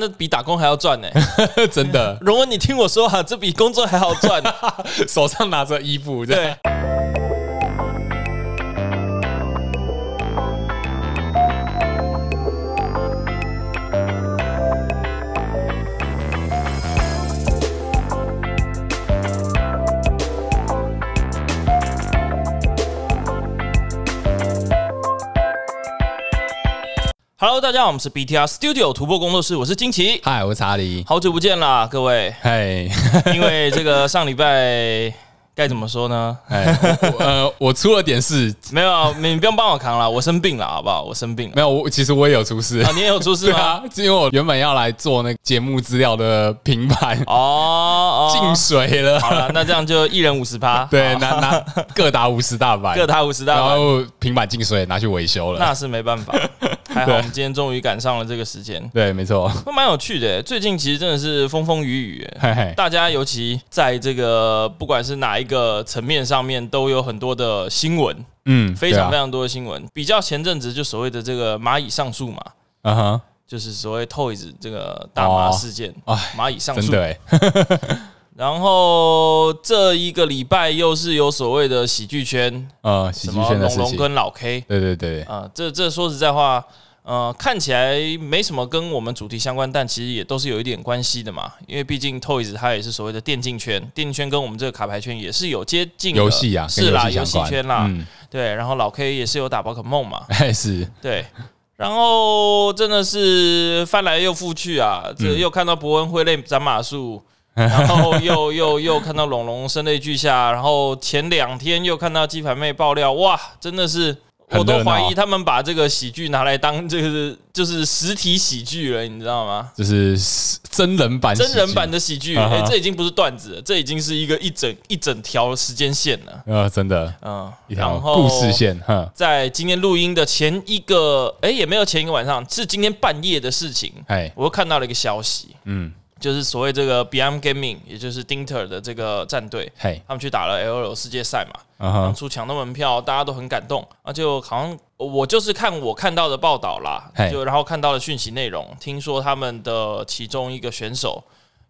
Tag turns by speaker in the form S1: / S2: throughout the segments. S1: 那比打工还要赚呢、
S2: 真的，
S1: 荣文，你听我说啊，这比工作还好 赚。
S2: 手上拿着衣服，这样
S1: 对，Hello，大家好，我们是 BTR Studio 突破工作室，我是金奇，
S2: 嗨，我是查理。。
S1: 好久不见啦，各位
S2: 嗨，
S1: 因为这个上礼拜该怎么说呢？
S2: 哎，我我呃，我出了点事，
S1: 没有啊，你不用帮我扛了，我生病了，好不好？我生病了
S2: 没。有，我其实我也有出事
S1: 啊，。你也有出事
S2: 对
S1: 吗？
S2: 啊，因为我原本要来做那个节目资料的平板，
S1: 哦，
S2: 进
S1: 哦
S2: 水了。
S1: 好了，那这样就一人五十趴，
S2: 对，拿拿各打五十大板，
S1: 哦各他五十大
S2: 然
S1: 板，
S2: 后平板进水拿去维修了。
S1: 那是没办 法。还好我们今天终于赶上了这个时间，
S2: 对，没错。
S1: 都蛮有趣的欸。最近其实真的是风风雨雨欸，
S2: 嘿嘿，
S1: 大家尤其在这个不管是哪一个层面上面，都有很多的新闻，
S2: 嗯，
S1: 非常非
S2: 对啊，
S1: 常多的新闻。比较前阵子就所谓的这个蚂蚁上树嘛，
S2: 嗯哼，
S1: 就是所谓 Toys 这个大麻事件，
S2: 哦
S1: 蚂蚁上
S2: 真
S1: 树。
S2: 的哎，
S1: 然后这一个礼拜又是有所谓的喜剧圈，
S2: 呃，喜
S1: 什
S2: 剧
S1: 么
S2: 圈的
S1: 龙
S2: 事
S1: 龙
S2: 情，
S1: 跟老 K
S2: 对对对，
S1: 啊、这这说实在话，呃，看起来没什么跟我们主题相关，但其实也都是有一点关系的嘛，因为毕竟 Toys 它也是所谓的电竞圈，电竞圈跟我们这个卡牌圈也是有接近的
S2: 游戏啊，跟
S1: 是啦，游
S2: 相
S1: 戏
S2: 关
S1: 圈啦，
S2: 嗯，
S1: 对，然后老 K 也是有打宝可梦嘛，
S2: 哎是，
S1: 对，然后真的是翻来又覆去啊，
S2: 嗯
S1: 这又看到博恩挥泪斩马谡，然后又又又看到龙龙声泪俱下，然后前两天又看到鸡排妹爆料，哇，真的是。
S2: 很
S1: 我
S2: 热闹
S1: 都怀疑他们把这个喜剧拿来当这个是就是实体喜剧了，你知道吗？
S2: 就是真人版喜
S1: 真
S2: 剧
S1: 人版的喜剧，
S2: 啊哈
S1: 哎、这已经不是段子了，这已经是一个一整一整条时间线了。
S2: 呃，真的
S1: 嗯，
S2: 一条
S1: 然后
S2: 故事线，哼，
S1: 在今天录音的前一个，哎、也没有前一个晚上，是今天半夜的事情，
S2: 哎，
S1: 我又看到了一个消息，
S2: 嗯，
S1: 就是所谓这个 Beyond Gaming，也就是 Dinter 的这个战队，
S2: 嘿，
S1: 他们去打了 L L 世界赛嘛，
S2: 嗯
S1: 当
S2: 哼，
S1: 初抢到门票，大家都很感动，啊，就好像我就是看我看到的报道啦
S2: 嘿，
S1: 就然后看到了讯息内容，听说他们的其中一个选手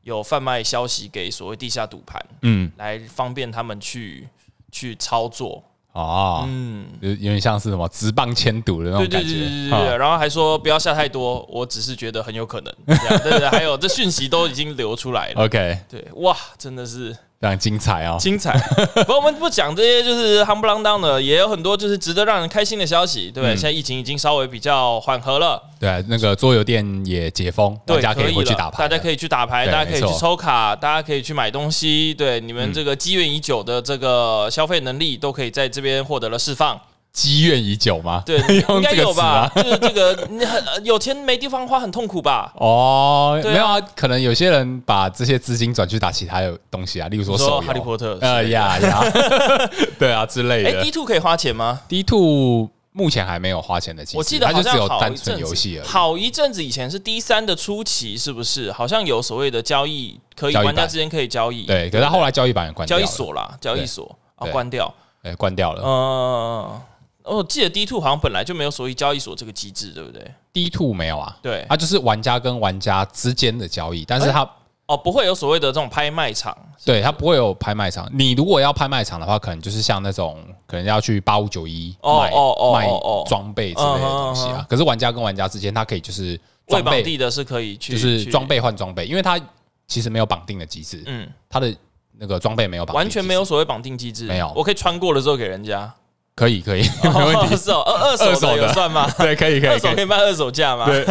S1: 有贩卖消息给所谓地下赌盘，
S2: 嗯，
S1: 来方便他们去去操作，
S2: 哦，
S1: 嗯。
S2: 有有点像是什么直棒牵赌的那
S1: 对
S2: 种
S1: 对
S2: 感
S1: 对
S2: 觉，啊
S1: 对对
S2: 哈
S1: 对，然后还说不要下太多，我只是觉得很有可能， 这样对对对，还有这讯息都已经流出来了，
S2: ，OK，
S1: 对，哇，真的是
S2: 非常精彩哦，
S1: 精彩。不过我们不讲这些就是夯不啷当的，也有很多就是值得让人开心的消息，对不
S2: 嗯
S1: 对？现在疫情已经稍微比较缓和了，
S2: 对，啊那个桌游店也解封，大
S1: 对，
S2: 家
S1: 可
S2: 以回去
S1: 了
S2: 打牌
S1: 大
S2: 了，
S1: 家可以去打牌，
S2: 对
S1: 大家可以
S2: 没
S1: 去
S2: 错嗯
S1: 抽卡，大家可以去买东西，对，你们这个积怨已久的这个消费能力都可以在这边获得了释放。
S2: 积怨已久吗？
S1: 对，
S2: 用
S1: 应该
S2: 这个
S1: 有
S2: 词
S1: 吧
S2: 啊？？
S1: 就是这个，你很有钱没地方花，很痛苦吧？
S2: 哦，
S1: 对啊
S2: 没有啊，可能有些人把这些资金转去打其他有东西啊，例如说
S1: 你说
S2: 手游、
S1: 哈利波特
S2: 呃
S1: 之类的
S2: 呀呀， 对啊之类
S1: 哎
S2: 的
S1: ，D。two 可以花钱吗？
S2: D two 目前还没有花钱的机制，
S1: 我记得
S2: 它
S1: 好
S2: 就只
S1: 像
S2: 有
S1: 好
S2: 单
S1: 一
S2: 纯
S1: 阵
S2: 游戏
S1: 子，
S2: 而已。
S1: 好一阵子以前是 D 三的初期，是不是？好像有所谓的交易，可以
S2: 交易
S1: 玩家
S2: 版
S1: 之间可以交易，
S2: 对，可是它后来交易版也关掉
S1: 交
S2: 了
S1: 易，所啦，交易所啊
S2: 对
S1: 关掉。
S2: 对，哎关掉了。
S1: 嗯，我记得 D two 好像本来就没有所谓交易所这个机制，对不对？
S2: D two 没有啊，
S1: 对
S2: 它就是玩家跟玩家之间的交易，但是它
S1: 哦，不会有所谓的这种拍卖场，
S2: 对它不会有拍卖场。你如果要拍卖场的话，可能就是像那种可能要去八五九一
S1: 哦
S2: 卖
S1: 哦哦
S2: 卖
S1: 哦哦
S2: 装备之类的东西
S1: 嗯嗯嗯
S2: 啊。可是玩家跟玩家之间，它可以就是
S1: 未
S2: 装
S1: 绑
S2: 备
S1: 地的是可以去，
S2: 就是
S1: 去
S2: 装，备换装备，因为它其实没有绑定的机制，
S1: 嗯，
S2: 它的那个装备没有绑定，
S1: 完全没有，所谓绑定机制，
S2: 没有
S1: 我可以穿过了之后给人家，
S2: 可以可以，
S1: 没
S2: 没问 题，
S1: 是哦，二二
S2: 二
S1: 手
S2: 手
S1: 的
S2: 的
S1: 有算吗？
S2: 对，可以 可
S1: 二
S2: 以可
S1: 手
S2: 以
S1: 可以卖二手价吗？
S2: 对，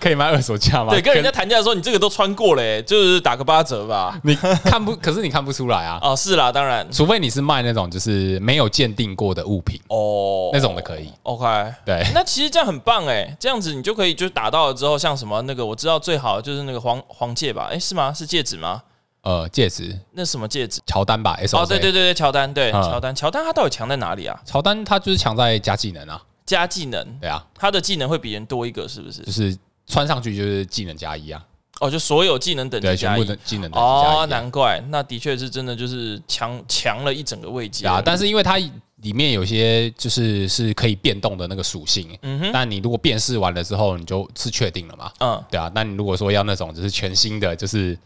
S2: 可以卖二手价吗？
S1: 对，跟人家
S2: 可
S1: 谈价的时候，你这个都穿过了、欸，就是打个八折吧。
S2: 你看不，可是你看不出来啊，
S1: 哦，是啦，当然。
S2: 除非你是卖那种就是没有鉴定过的物品，
S1: 哦，
S2: 那种的可以。
S1: OK。
S2: 对，
S1: 那其实这样很棒哎、这样子你就可以就是打到了之后，像什么那个我知道最好的就是那个黄黄戒吧？哎、是吗？是戒指吗？
S2: 呃，戒指，
S1: 那什么戒指？
S2: 乔丹吧，S
S1: 哦，对对对对，乔丹，对
S2: 嗯
S1: 乔丹，乔丹他到底强在哪里啊？
S2: 乔丹他就是强在加技能啊，
S1: 加技能，
S2: 对啊，嗯
S1: 他的技能会比人多一个，是不是
S2: 就？是穿上去就是技能加一啊，
S1: 哦，就所有技能等级
S2: 对，
S1: 加
S2: 全
S1: 一
S2: 部的技能等级加
S1: 哦，
S2: 一啊样
S1: 难怪，那的确是真的就是强强了一整个位阶
S2: 啊，但是因为它里面有些就是是可以变动的那个属性，
S1: 嗯哼，
S2: 但你如果辨识完了之后，你就是确定了嘛，
S1: 嗯，
S2: 对啊。那你如果说要那种就是全新的，就是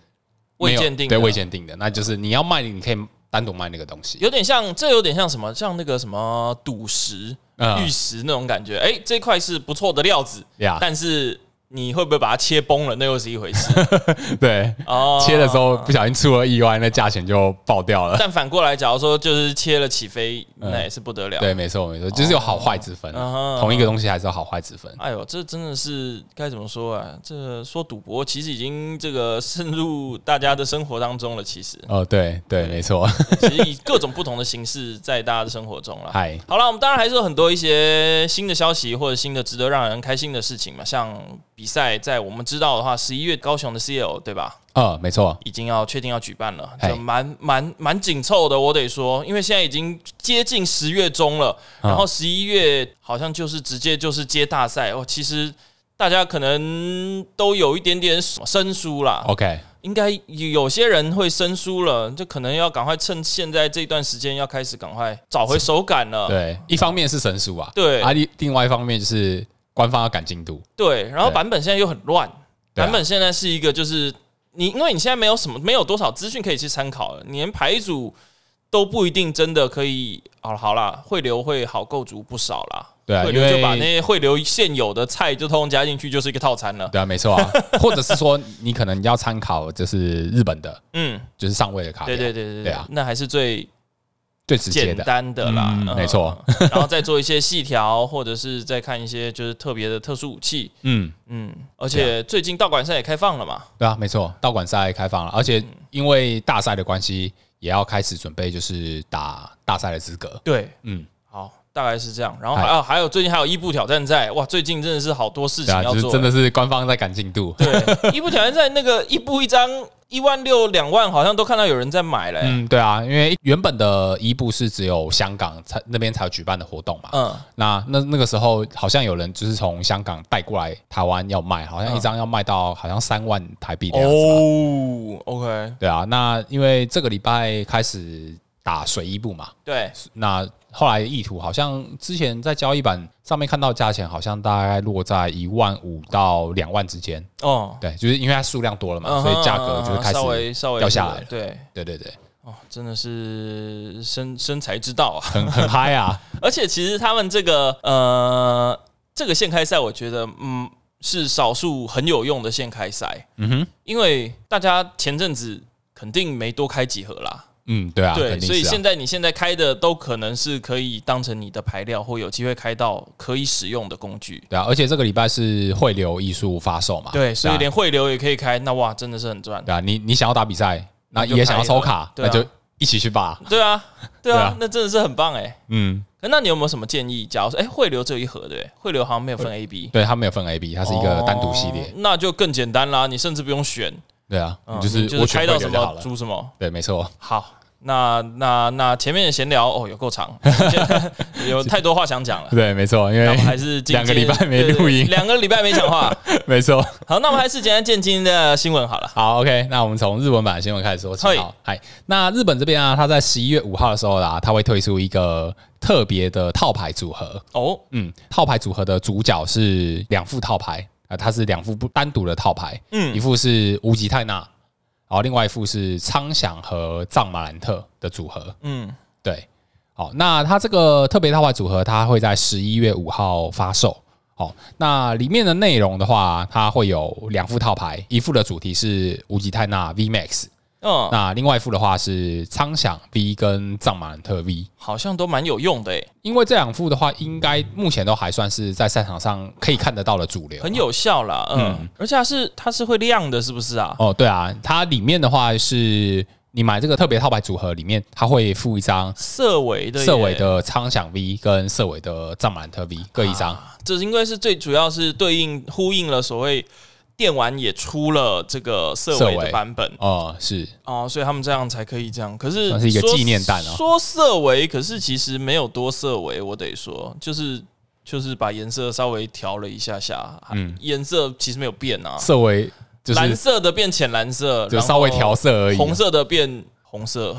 S2: 没有
S1: 未鉴定的
S2: 对未鉴定的，那就是你要卖，你可以单独卖那个东西。
S1: 有点像，这有点像什么？像那个什么赌石、
S2: 嗯
S1: 玉石那种感觉。哎、这块是不错的料子，
S2: 对啊，
S1: 但是你会不会把它切崩了，那又是一 回事
S2: 对，
S1: 哦。
S2: 切的时候不小心出了意外，那价钱就爆掉 了。
S1: 但反过来，假如说就是切了起飞，那也是不得了。
S2: 嗯对，没错没错，就是有好坏之分
S1: 嗯哼
S2: 啊，同一个东西还是有好坏之分。
S1: 哎呦，这真的是该怎么说啊？这说赌博其实已经这个渗入大家的生活当中了。其实，
S2: 哦，对对，没错，
S1: 其实以各种不同的形式在大家的生活中了。
S2: 嗨，
S1: 好了，我们当然还是有很多一些新的消息或者新的值得让人开心的事情嘛，像比赛，在我们知道的话，十一月高雄的 CL 对吧，
S2: 嗯，没错，
S1: 已经要确定要举办了，
S2: 嘿
S1: 这蛮蛮蛮紧凑的，我得说，因为现在已经接近十月中了，然后十一月好像就是直接就是接大赛哦，其实。大家可能都有一点点生疏啦，
S2: OK，
S1: 应该有些人会生疏了，就可能要赶快趁现在这段时间要开始赶快找回手感了。
S2: 对，一方面是神书啊，
S1: 对
S2: 啊，另另外一方面就是官方要赶进度，
S1: 对，然后
S2: 对
S1: 版本现在又很乱，
S2: 对啊
S1: 版本现在是一个就是你，因为你现在没有什么没有多少资讯可以去参考了，你连牌组都不一定真的可以。好了好啦，汇流会好构筑不少啦。
S2: 对啊
S1: 汇
S2: 因
S1: 流
S2: 为
S1: 就把那些汇流现有的菜就通通加进去，就是一个套餐了。
S2: 对啊，没错啊，或者是说你可能要参考就是日本的，
S1: 嗯，
S2: 就是上位的卡，
S1: 对对对对
S2: 对啊
S1: 那还是最
S2: 最直接
S1: 简
S2: 的，
S1: 单的啦，
S2: 嗯没错。
S1: 然后再做一些细条，或者是再看一些就是特别的特殊武器。
S2: 嗯，
S1: 嗯，而
S2: 啊
S1: 且最近道馆赛也开放了嘛。
S2: 对啊，没错，道馆赛开放了，而
S1: 嗯
S2: 且因为大赛的关系，也要开始准备就是打大赛的资格，
S1: 对，
S2: 嗯，
S1: 好，大概是这样。然后还
S2: 哎
S1: 有还有最近还有伊布挑战赛，哇，最近真的是好多事
S2: 对
S1: 情
S2: 啊，
S1: 要
S2: 就是
S1: 做。欸
S2: 真的是官方在赶进度，
S1: 对，伊布挑战赛那个一步一张一万六两万，好像都看到有人在买嘞、
S2: 嗯，对啊，因为原本的伊布是只有香港才那边才有举办的活动嘛，
S1: 嗯，
S2: 那那那个时候好像有人就是从香港带过来台湾要卖，好像一张要卖到好像三万台币的样子吧。
S1: 哦，OK，
S2: 对啊，那因为这个礼拜开始打水衣部嘛，
S1: 对，
S2: 那后来意图好像之前在交易版上面看到价钱，好像大概落在一万五到两万之间。
S1: 哦，
S2: 对，就是因为它数量多了嘛，
S1: 嗯
S2: 啊所以
S1: 哼
S2: 价格就是开
S1: 稍
S2: 始
S1: 微稍微
S2: 掉下来了
S1: 对，
S2: 对对对，
S1: 哦，真的是身身材之道啊。
S2: 很 很嗨啊！
S1: 而且其实他们这个呃这个现开赛，我觉得嗯是少数很有用的现开赛，
S2: 嗯哼，
S1: 因为大家前阵子肯定没多开几盒啦。
S2: 嗯，对啊，
S1: 对，
S2: 肯定
S1: 所以
S2: 是啊
S1: 现在你现在开的都可能是可以当成你的排料，或有机会开到可以使用的工具。
S2: 对啊，而且这个礼拜是汇流艺术发售嘛，
S1: 对，所以
S2: 啊
S1: 连汇流也可以开，那哇，真的是很赚。
S2: 对啊，你你想要打比赛，那
S1: 那就
S2: 也想要抽卡，
S1: 开了
S2: 那
S1: 对啊
S2: 就一起去吧。
S1: 对啊，对
S2: 对
S1: 啊
S2: 啊，
S1: 那真的是很棒哎、
S2: 嗯，
S1: 可那你有没有什么建议？假如说，哎、汇流只有一盒对不对，汇流好像没有分 A、B，
S2: 对，它没有分 A B，它是一个单独系列。
S1: 哦那就更简单啦，你甚至不用选，
S2: 对啊，
S1: 嗯
S2: 你就是
S1: 你
S2: 我
S1: 是开到什
S2: 好
S1: 么
S2: 了。
S1: 租什么。
S2: 对，没错，
S1: 好，那那那前面的闲聊哦，有够 长，有太多话想讲了。
S2: 对，没错，因
S1: 那
S2: 为
S1: 我 们还是进
S2: 两个礼拜没
S1: 对对
S2: 录音
S1: 两个礼拜没讲 话。
S2: 没错。
S1: 好，那我们还是简单见今天的新闻好了。
S2: 好，OK，那我们从日文版的新闻开始说起
S1: 嘿。
S2: 好，嗨，那日本这边啊，它在十一月五号的时候啦，它会推出一个特别的套牌组合。
S1: 哦，
S2: 嗯，套牌组合的主角是两副套牌啊、呃它是两副不单独的套牌，
S1: 嗯
S2: 嗯，一副是无极泰纳，然后另外一副是苍响和藏马兰特的组合。
S1: 嗯，
S2: 对，好，那它这个特别套牌组合，它会在十一月五号发售。好，那里面的内容的话，它会有两副套牌，一副的主题是无极泰纳 V Max，
S1: 嗯，
S2: 那另外一副的话是苍响 V 跟藏马兰特 V。
S1: 好像都蛮有用的诶，欸
S2: 因为这两副的话，应该目前都还算是在赛场上可以看得到的主流。
S1: 很有效啦。嗯，而且它是它是会亮的，是不是啊？
S2: 哦，对啊，它里面的话是你买这个特别套牌组合里面，它会附一张
S1: 色尾的耶，
S2: 色尾的苍响 V 跟色尾的藏马兰特 V
S1: 啊
S2: 各一张。
S1: 这是因为是最主要是对应呼应了所谓电玩也出了这个色尾
S2: 色
S1: 的
S2: 尾
S1: 版本
S2: 哦、是
S1: 哦，所以他们这样才可以这样。可是
S2: 算是一个
S1: 说
S2: 纪念蛋哦
S1: 说色尾，可是其实没有多色尾，我得说就是。就是把颜色稍微调了一下下，嗯，颜色其实没有变啊，
S2: 色尾就是
S1: 蓝色的变浅蓝色，
S2: 就
S1: 然后
S2: 稍微调色而已，啊
S1: 红色的变红色，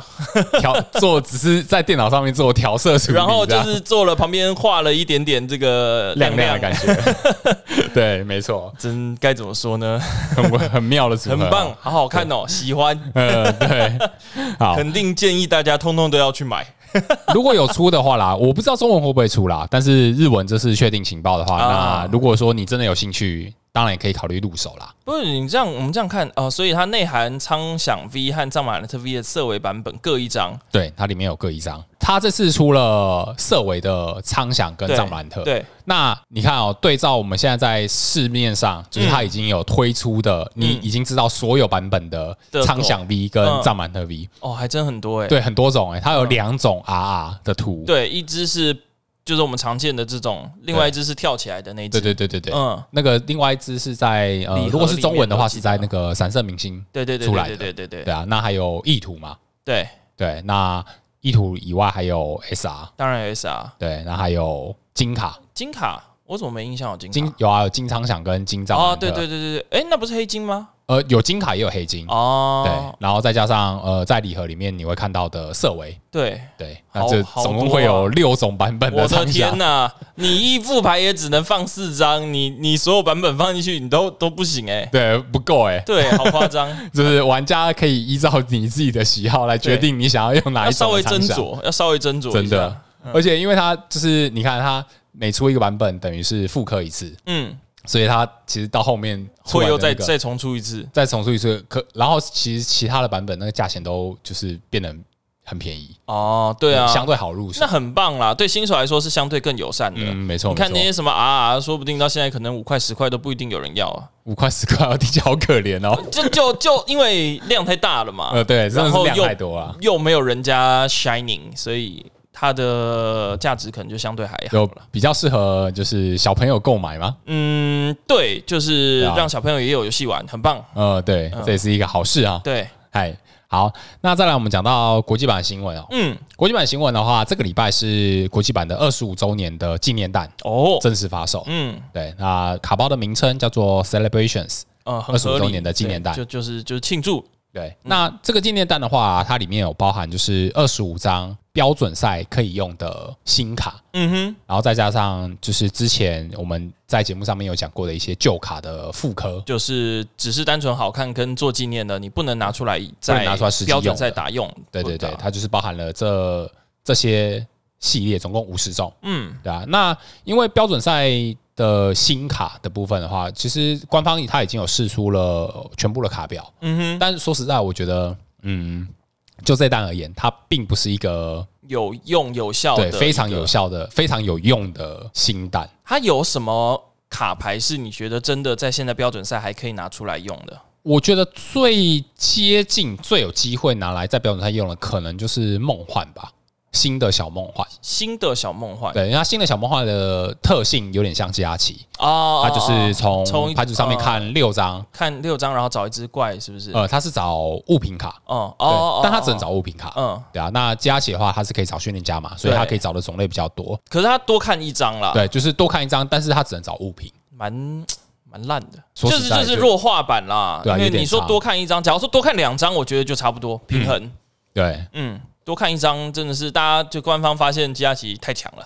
S2: 调做只是在电脑上面做调色处理，
S1: 然后
S2: 这
S1: 就
S2: 样
S1: 是做了旁边画了一点点这个
S2: 亮亮的
S1: 觉，
S2: 感觉。 对，没错，
S1: 真该怎么说呢？
S2: 很很妙的组合，
S1: 很 棒，。好好看哦，喜欢，
S2: 呃，对，好，
S1: 肯定建议大家通通都要去买。
S2: 如果有出的话啦，我不知道中文会不会出啦，但是日文这是确定情报的话，
S1: 啊
S2: 那如果说你真的有兴趣，当然也可以考虑入手啦。
S1: 不是你这样，我们这样看哦、所以它内含苍响 V 和藏马兰特 V 的色尾版本各一张，
S2: 对，它里面有各一张，它这次出了色违的苍响跟
S1: 对
S2: 藏兰特。，
S1: 对，
S2: 那你看哦，对照我们现在在市面上，就是它已经有推出的，你已经知道所有版本的
S1: 嗯的
S2: 苍响 V 跟藏兰特 V，、
S1: 哦，还真很多哎、
S2: 对，很多种诶、欸它有两种 RR 的图。
S1: 对，一只是就是我们常见的这种，另外一只是跳起来的那一只，
S2: 对对对对对。
S1: 嗯，
S2: 那个另外一只是在
S1: 礼
S2: 呃，
S1: 盒
S2: 如果是中文的话，
S1: 里面的
S2: 是在那个闪射明星
S1: 对对对
S2: 出来
S1: 对
S2: 的
S1: 对对对
S2: 对
S1: 对
S2: 啊，那还有意图嘛？
S1: 对，
S2: 对，那意图以外还有 SR，
S1: 当然有 SR
S2: 对，那还有金卡，
S1: 金卡，我怎么没印象有金卡？
S2: 金有啊，有金苍响跟金藏
S1: 哦，
S2: 兰特
S1: 对对，对对对，哎，那不是黑金吗？
S2: 呃，有金卡也有黑金，对
S1: 哦，，
S2: 然后再加上呃，在礼盒里面你会看到的色违，
S1: 对，
S2: 对，
S1: 好
S2: 那这
S1: 好
S2: 总共
S1: 多
S2: 会有
S1: 啊
S2: 六种版本
S1: 我
S2: 的
S1: 的
S2: 苍
S1: 天
S2: 响。
S1: 呐，你一副牌也只能放四张，你你所有版本放进去，你都都不行哎、
S2: 对，不够哎、
S1: 对，好夸张，
S2: 就是玩家可以依照你自己的喜好来决
S1: 对
S2: 定你想要 用哪
S1: 要
S2: 一
S1: 稍
S2: 种
S1: 微
S2: 的
S1: 斟
S2: 苍响。
S1: 酌，要稍微斟酌一下嗯
S2: 真的，。而且因为它就是你看它每出一个版本，等于是复刻一次，
S1: 嗯，
S2: 所以它其实到后面出
S1: 会
S2: 来的
S1: 又再
S2: 那个
S1: 再重出一次，
S2: 再重述一次，可然后其实其他的版本那个价钱都就是变得很很便宜，
S1: 哦，对啊，
S2: 相对好入手
S1: 那。很棒啦，对新手来说是相对更友善的。
S2: 嗯，没错，
S1: 你看
S2: 没
S1: 那
S2: 错
S1: 些什么 RR，说不定到现在可能五块十块都不一定有人要啊，
S2: 五块十块，我听起来好可怜 哦。
S1: 就就就因为量太大了嘛。
S2: 呃，对，真的
S1: 然
S2: 是
S1: 后
S2: 量
S1: 又
S2: 太多啊了，
S1: 又没有人家 Shining，所以它的价值可能就相对还好
S2: 有
S1: 了。
S2: 比较适合就是小朋友购买吗？
S1: 嗯，对，就是
S2: 对啊
S1: 让小朋友也有游戏玩，很棒。
S2: 呃，对，这也是一个好事啊。
S1: 嗯对，
S2: 嗨，好，那再来我们讲到国际版新闻哦。
S1: 嗯，
S2: 国际版新闻的话，这个礼拜是国际版的二十五周年的纪念蛋
S1: 哦，
S2: 正式发售。
S1: 嗯，
S2: 对，那卡包的名称叫做 Celebrations。
S1: 呃，很合
S2: 25
S1: 理
S2: 周年的纪念蛋
S1: 对就就是就是庆祝。
S2: 对，那这个纪念蛋的话，它里面有包含就是二十五张标准赛可以用的新卡，
S1: 嗯
S2: 然后再加上就是之前我们在节目上面有讲过的一些旧卡的复刻
S1: 哼，。就是只是单纯好看跟做纪念的，你不能拿出来再
S2: 拿出来实际
S1: 标准
S2: 用的
S1: 再打用。
S2: 对对对，
S1: 啊
S2: 它就是包含了这这些系列，总共五十种。
S1: 嗯，
S2: 对啊，那因为标准赛的新卡的部分的话，其实官方它已经有试出了全部的卡表，
S1: 嗯哼，
S2: 但说实在，我觉得，嗯，就这单而言，它并不是一个
S1: 有用有效的
S2: 对
S1: 一个，
S2: 非常有效的、非常有用的新蛋。
S1: 它有什么卡牌是你觉得真的在现在标准赛还可以拿出来用的？
S2: 我觉得最接近、最有机会拿来在标准赛用的，可能就是梦幻吧，新的小梦幻。
S1: 新的小梦幻
S2: 对，因为它新的小梦幻的特性有点像加奇，
S1: 哦，
S2: 它就是
S1: 哦
S2: 从牌组上面、
S1: 哦
S2: 看六张，
S1: 看六张，然后找一只怪，是不是？
S2: 呃，它是找物品卡，
S1: 哦
S2: 对
S1: 哦，
S2: 但它只能
S1: 哦，
S2: 找物品卡。
S1: 嗯，
S2: 对啊，那加起的话，它是可以找训练家嘛，所以
S1: 对啊
S2: 它可以找的种类比较多。
S1: 可是他多看一张啦，，
S2: 对，就是多看一张，但是它只能找物品。
S1: 蛮蛮烂的，
S2: 说
S1: 就
S2: 实
S1: 是
S2: 在
S1: 就是
S2: 就
S1: 弱化版啦。
S2: 对啊
S1: 因
S2: 有
S1: 为
S2: 点
S1: 你说
S2: 差
S1: 多看一张，假如说多看两张，我觉得就差不多平衡。
S2: 对，
S1: 嗯，多看一张真的是大家就官方发现基亚奇太强了，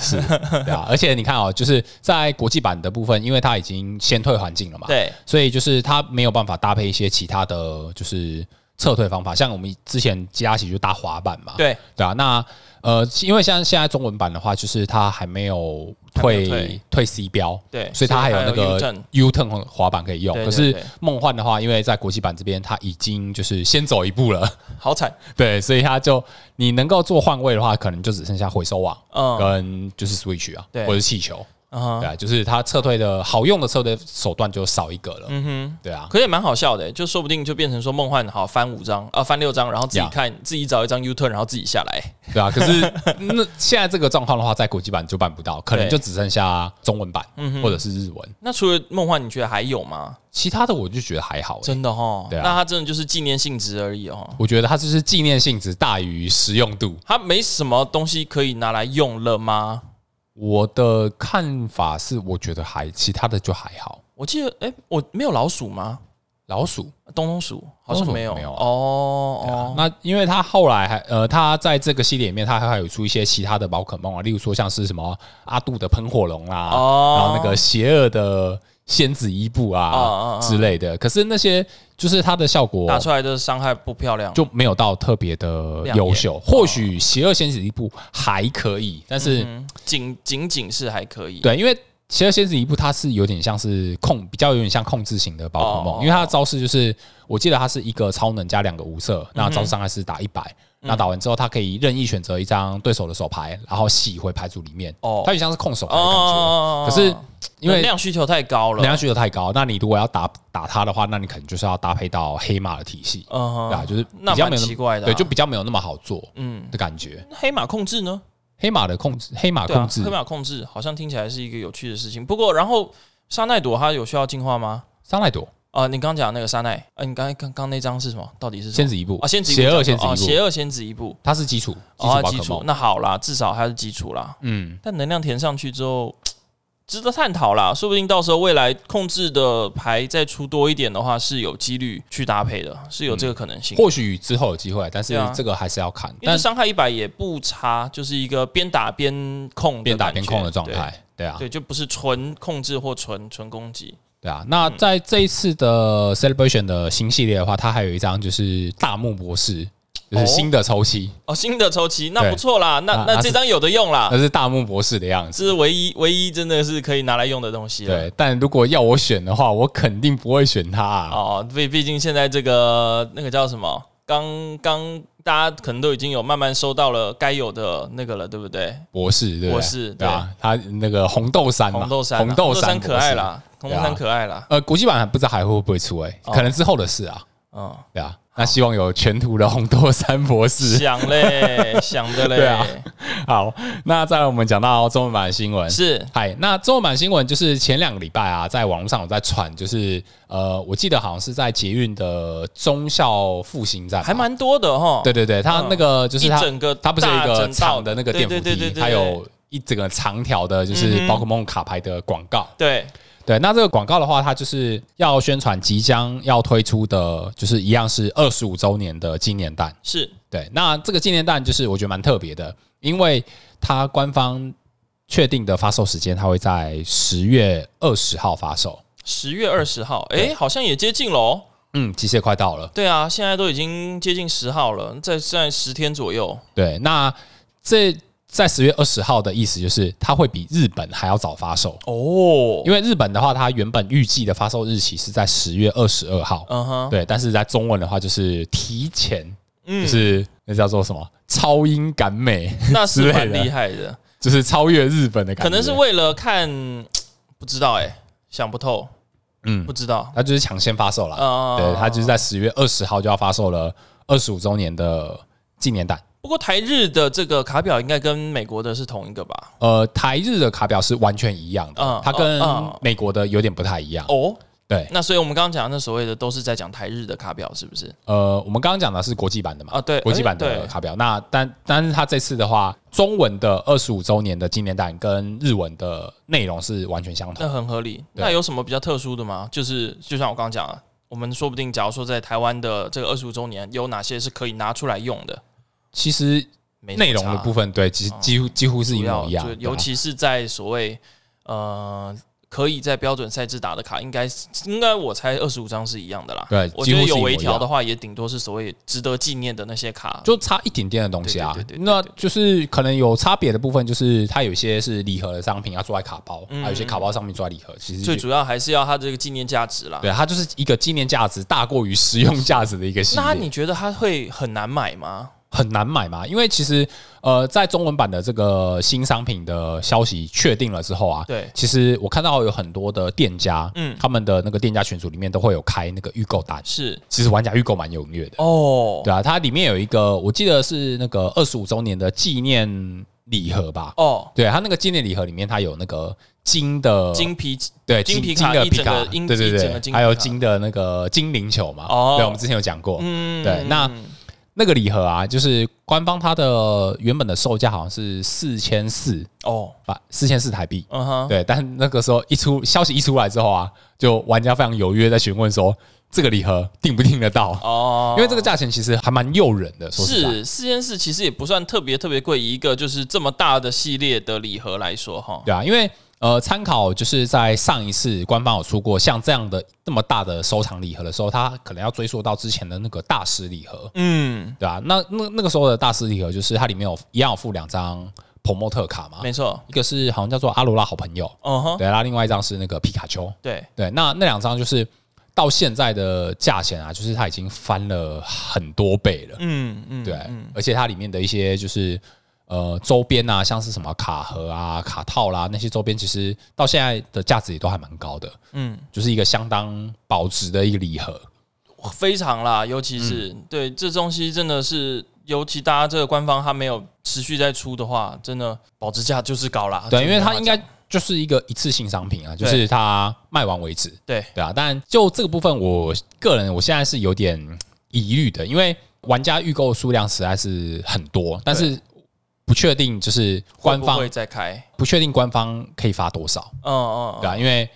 S2: 是，对啊。而且你看哦，就是在国际版的部分，因为它已经先退环境了嘛，，
S1: 对，
S2: 所以就是它没有办法搭配一些其他的就是撤退方法，像我们之前加起就搭滑板嘛，
S1: 对，
S2: 对啊。那呃，因为像现在中文版的话，就是它还没有
S1: 还
S2: 退
S1: 没有退
S2: C 标，
S1: 对
S2: 所以它还有那
S1: 所以还有
S2: 个 U turn 和滑板可以用。
S1: 对对
S2: 可是
S1: 对
S2: 梦幻的话，因为在国际版这边，它已经就是先走一步了，
S1: 好惨，
S2: 对，所以它就你能够做换位的话，可能就只剩下回收网。
S1: 嗯
S2: 跟就是 Switch 啊，
S1: 对
S2: 或者是气球，
S1: 嗯哼
S2: 对啊，就是它撤退的好用的撤退手段就少一个了，
S1: 嗯哼。
S2: 对啊，
S1: 可也蛮好笑的，就说不定就变成说梦幻好翻五张啊，翻六张，然后自己
S2: 呀
S1: 看自己找一张 U turn，然后自己下来。
S2: 对啊。可 是那现在这个状况的话，在国际版就办不到，可能
S1: 对嗯
S2: 就只剩下中文版或者是日文，
S1: 那除了梦幻，你觉得还有吗？
S2: 其他的我就觉得还好欸、
S1: 真的哦，
S2: 对啊
S1: 那它真的就是纪念性质而已哦，
S2: 我觉得它就是纪念性质大于实用度。
S1: 它没什么东西可以拿来用了吗？
S2: 我的看法是，我觉得还其他的就还好。
S1: 我记得，哎、我没有老鼠吗？
S2: 老鼠，
S1: 东东鼠好像
S2: 东东鼠
S1: 没有
S2: 没有啊
S1: 哦
S2: 对啊
S1: 哦，
S2: 那因为他后来还呃，他在这个系列里面，他还有出一些其他的宝可梦啊，例如说像是什么阿杜的喷火龙啦，
S1: 哦
S2: 然后那个邪恶的仙子伊布啊
S1: 啊啊啊
S2: 之类的。可是那些就是它的效果
S1: 打出来的伤害不漂亮，
S2: 就没有到特别的
S1: 亮眼哦
S2: 优秀。或许邪恶仙子伊布还可以，但是、
S1: 嗯，仅仅仅是还可以。
S2: 对，因为邪恶仙子伊布它是有点像是控，比较有点像控制型的宝可
S1: 哦
S2: 梦，因为它的招式就是，我记得它是一个超能加两个无色，那招式伤害是打一百、
S1: 嗯
S2: 那打完之后它可以任意选择一张对手的手牌，然后洗回牌组里面，
S1: 哦
S2: 它有点像是控手牌的感觉，
S1: 哦
S2: 可是因为
S1: 能。量需求太高了，
S2: 能量需求太高，那你如果要打打它的话，那你可能就是要搭配到黑马的体系，
S1: 嗯哼
S2: 对啊，就是
S1: 那
S2: 比较没
S1: 蛮
S2: 有那
S1: 奇怪的啊
S2: 对，就比较没有那么好做
S1: 嗯，
S2: 的感觉。
S1: 那黑马控制呢？
S2: 黑马的控制，黑马
S1: 对啊
S2: 控，制
S1: 黑，马控制好像听起来是一个有趣的事情。不过，然后沙奈朵它有需要进化吗？
S2: 桑奈朵
S1: 啊、你刚讲那个沙奈，呃，你刚才刚刚那张是什么？到底是什
S2: 仙
S1: 么？
S2: 子一步
S1: 啊，先子一步
S2: 邪恶
S1: 讲
S2: 仙
S1: 错
S2: 子
S1: 哦
S2: 一步，
S1: 邪恶仙子一步，
S2: 它是基础基础
S1: 哦，
S2: 宝
S1: 基
S2: 可
S1: 础
S2: 梦，
S1: 那好啦，至少它是基础啦。
S2: 嗯，
S1: 但能量填上去之后，值得探讨啦。说不定到时候未来控制的牌再出多一点的话，是有几率去搭配的，是有这
S2: 嗯
S1: 个可能性。
S2: 或许之后有机会，但是
S1: 嗯对啊
S2: 这个还是要看，
S1: 因为
S2: 但
S1: 这伤害一百也不差，就是一个边打边控的
S2: 边打
S1: 感
S2: 边
S1: 觉
S2: 控的状，态，对啊
S1: 对，对，就不是纯控制或纯纯攻击。
S2: 对啊。那在这一次的 Celebration 的新系列的话，它还有一张就是大木博士，就是新的抽漆，
S1: 哦，新的抽棋那
S2: 对
S1: 不错啦，那
S2: 那
S1: 那这
S2: 那啊是呃
S1: 张有的用啦
S2: 那，是大木博士的样子。
S1: 是唯一唯一真的是啊可以拿来用的东西了。
S2: 对，但如果要我选的话，我肯定不会选它啊。
S1: 哦，毕毕竟现在这个那个叫什么，刚刚大家可能都已经有慢慢收到了该有的那个了，对不对？
S2: 博士，对不对
S1: 博士
S2: 对啊，他那个红豆杉嘛，
S1: 红豆杉啊，
S2: 嗯红豆杉
S1: 可爱
S2: 博士
S1: 啦，红豆
S2: 对
S1: 杉
S2: 啊
S1: 可爱啦，
S2: 呃，国际版不知道还会不会出哎、
S1: 哦
S2: 可能之后的事啊，
S1: 嗯，
S2: 对啊。那希望有全图的红豆三博士。
S1: 想嘞，想的
S2: 啊对
S1: 嘞
S2: 啊，好，那再来我们讲到中文版的新闻。
S1: 是
S2: 嗨，那中文版新闻就是前两个礼拜啊，在网络上有在传，就是呃，我记得好像是在捷运的忠孝复兴站吧，
S1: 还蛮多的哈。
S2: 对对对，它那个就是
S1: 一
S2: 它
S1: 整个
S2: 它不是有一
S1: 大
S2: 个
S1: 整道
S2: 长的那个
S1: 对
S2: 电
S1: 对
S2: 扶
S1: 对对
S2: 梯，
S1: 对嗯
S2: 它
S1: 对
S2: 有一整个长条的，就是宝可梦卡牌的广告。
S1: 对，
S2: 对，那这个广告的话，它就是要宣传即将要推出的，就是一样是二十五周年的纪念蛋。
S1: 是
S2: 对，那这个纪念蛋就是我觉得蛮特别的，因为它官方确定的发售时间，它会在十月二十号发售。
S1: 十月二十号，哎，好像也接近了哦。
S2: 嗯，其实也快到了。
S1: 对啊，现在都已经接近十号了，在在十天左右。
S2: 对，那这在十月二十号的意思就是，它会比日本还要早发售。
S1: 哦，
S2: 因为日本的话，它原本预计的发售日期是在十月二十二号，
S1: 嗯 哼，
S2: 对，但是在中文的话就是提前，
S1: 嗯
S2: 就是那叫做什么超英赶美，
S1: 那是
S2: 之类
S1: 蛮
S2: 的
S1: 厉害的，
S2: 就是超越日本的感觉。
S1: 可能是为了看，不知道哎、想不透，
S2: 嗯
S1: 不，知道。
S2: 它就是抢先发售了，
S1: 啊
S2: 对，它就是在十月二十号就要发售了二十五周年的纪念版。
S1: 不过台日的这个卡表应该跟美国的是同一个吧？
S2: 呃，台日的卡表是完全一样
S1: 嗯
S2: 的，它跟
S1: 嗯嗯
S2: 美国的有点不太一样。
S1: 哦，
S2: 对，
S1: 那所以我们刚刚讲的那所谓的都是在讲台日的卡表，是不是？
S2: 呃，我们刚刚讲的是国际版的嘛？
S1: 啊对
S2: 国际版
S1: 哎对
S2: 的卡表。那但但是它这次的话，中文的二十五周年的纪念版跟日文的内容是完全相同
S1: 那。很合理。
S2: 对
S1: 那有什么比较特殊的吗？就是就像我刚刚讲的，我们说不定假如说在台湾的这个二十五周年，有哪些是可以拿出来用的？
S2: 其实
S1: 没什么
S2: 内容的
S1: 差嗯
S2: 部分，对，其实几乎几乎是一
S1: 主要
S2: 模一样
S1: 就
S2: 的。
S1: 尤其是在所谓呃可以在标准赛制打的卡，应该应该我猜二十五张是一样的啦。
S2: 对
S1: 我
S2: 几
S1: 觉
S2: 乎
S1: 得
S2: 是
S1: 有
S2: 一模
S1: 微
S2: 一
S1: 调
S2: 样
S1: 的话，也顶多是所谓值得纪念的那些卡。
S2: 就差一点点的东西啊
S1: 对对对，对对
S2: 那就是可能有差别的部分，就是它有一些是礼盒的商品要做在卡包，啊还有一些卡包商品做在礼盒，其实
S1: 嗯最
S2: 就
S1: 主要还是要它这个纪念价值啦。
S2: 对啊它就是一个纪念价值大过于实用价值的一个系列。
S1: 那你觉得它会很难买吗？
S2: 很难买嘛，因为其实呃，在中文版的这个新商品的消息确定了之后啊，
S1: 对
S2: 其实我看到有很多的店家，
S1: 嗯
S2: 嗯，他们的那个店家群组里面都会有开那个预购单，
S1: 是
S2: 其实玩家预购蛮踊跃的，
S1: 哦
S2: 对啊，它里面有一个我记得是那个二十五周年的纪念礼盒吧，
S1: 哦，
S2: 对，它那个纪念礼盒里面它有那个金的
S1: 金皮
S2: 对啊
S1: 金皮卡
S2: 金的
S1: 一整
S2: 皮
S1: 个
S2: 卡，
S1: 一
S2: 对对
S1: 一整个金皮
S2: 对，还有
S1: 卡
S2: 金的那个精灵球嘛，
S1: 哦
S2: 对，我们之前有讲过，
S1: 嗯
S2: 对那那个礼盒啊，就是官方它的原本的售价好像是四千四
S1: 哦，
S2: 吧，四千四台币。
S1: 嗯哼，
S2: 对，但那个时候一出消息一出来之后啊，就玩家非常踊跃在询问说，这个礼盒订不订得到？
S1: 哦
S2: 因为这个价钱其实还蛮诱人的，说实在，
S1: 是四件事，其实也不算特别特别贵，以一个就是这么大的系列的礼盒来说哈。
S2: 对啊，因为呃，参考就是在上一次官方有出过像这样的那么大的收藏礼盒的时候，它可能要追溯到之前的那个大师礼盒，
S1: 嗯，
S2: 对啊，那那那个时候的大师礼盒就是它里面有一样有附两张 promo 特卡嘛，
S1: 没错。
S2: 一个是好像叫做阿罗拉好朋友，
S1: 嗯哼，
S2: 对，然后另外一张是那个皮卡丘，
S1: 对，
S2: 对，那那两张就是到现在的价钱啊，就是它已经翻了很多倍了。
S1: 嗯嗯，
S2: 对，而且它里面的一些就是呃周边啊，像是什么卡盒啊、卡套啦、那些周边，其实到现在的价值也都还蛮高的，
S1: 嗯，
S2: 就是一个相当保值的一个礼盒。
S1: 非常啦，尤其是、
S2: 嗯
S1: 对这东西真的是，尤其大家这个官方它没有持续在出的话，真的保值价就是高啦。
S2: 对，因为
S1: 啊真的
S2: 它应该就是一个一次性商品啊，就是它卖完为止。
S1: 对
S2: 对啊，但就这个部分，我个人我现在是有点嗯疑虑的，因为玩家预购数量实在是很多，但是不确定就是官
S1: 会不
S2: 方
S1: 会再开，
S2: 不确定官方可以发多少。
S1: 嗯嗯，
S2: 对啊，因为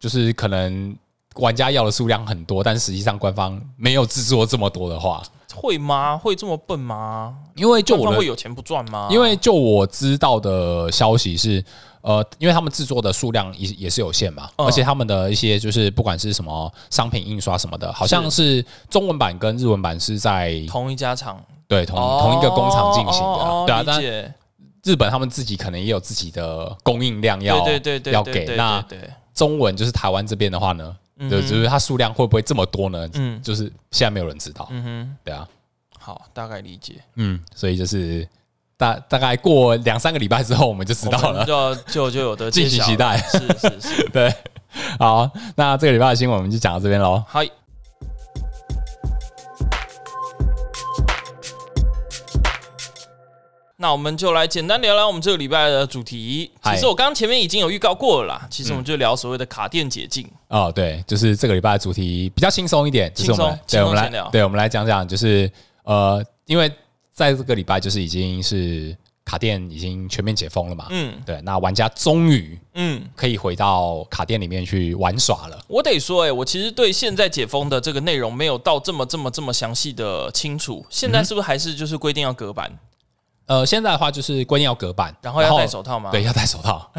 S2: 就是可能玩家要的数量很多，但实际上官方没有制作这么多的话，
S1: 嗯会吗？会这么笨吗？
S2: 因为就
S1: 官
S2: 我
S1: 方
S2: 的
S1: 会有钱不赚吗？
S2: 因为就我知道的消息是，呃，因为他们制作的数量也也是有限嘛，
S1: 嗯
S2: 而且他们的一些就是不管是什么商品印刷什么的，好像是中文版跟日文版是在
S1: 同一家厂
S2: 对同同一个工厂进行的
S1: 哦
S2: 啊，
S1: 哦
S2: 对啊，
S1: 理
S2: 但
S1: 解
S2: 日本他们自己可能也有自己的供应量要
S1: 对对对对
S2: 要
S1: 对
S2: 给
S1: 对
S2: 那
S1: 对对
S2: 中文就是台湾这边的话呢，
S1: 嗯
S2: 对，就是它数量会不会这么多呢？
S1: 嗯
S2: 就是现在没有人知道，
S1: 嗯哼，
S2: 对啊，
S1: 好，大概理解，
S2: 嗯，所以就是大大概过两三个礼拜之后，我们就知道
S1: 我
S2: 了
S1: 们。就就就有 的
S2: 敬请期待
S1: 是是是，
S2: 对，好，那这个礼拜的新闻我们就讲到这边喽。
S1: 嗨，那我们就来简单聊聊我们这个礼拜的主题。其
S2: 嗨嗯
S1: 实我刚刚前面已经有预告过了啦，其实我们就聊所谓的卡电解禁。
S2: 哦，对，就是这个礼拜的主题比较轻松一点，就是我们来
S1: 轻
S2: 对
S1: 松
S2: 我们
S1: 轻松闲聊
S2: 来对我们来讲讲，就是呃，因为在这个礼拜就是已经是卡店已经全面解封了嘛，
S1: 嗯
S2: 对，那玩家终于
S1: 嗯，
S2: 可以回到卡店里面去玩耍了。
S1: 我得说、欸，哎，我其实对现在解封的这个内容没有到这么这么这么详细的清楚。现
S2: 嗯
S1: 在是不是还是就是规定要隔板，
S2: 呃，现在的话就是规定要隔板，
S1: 然后要戴手套吗？
S2: 对，要戴手套。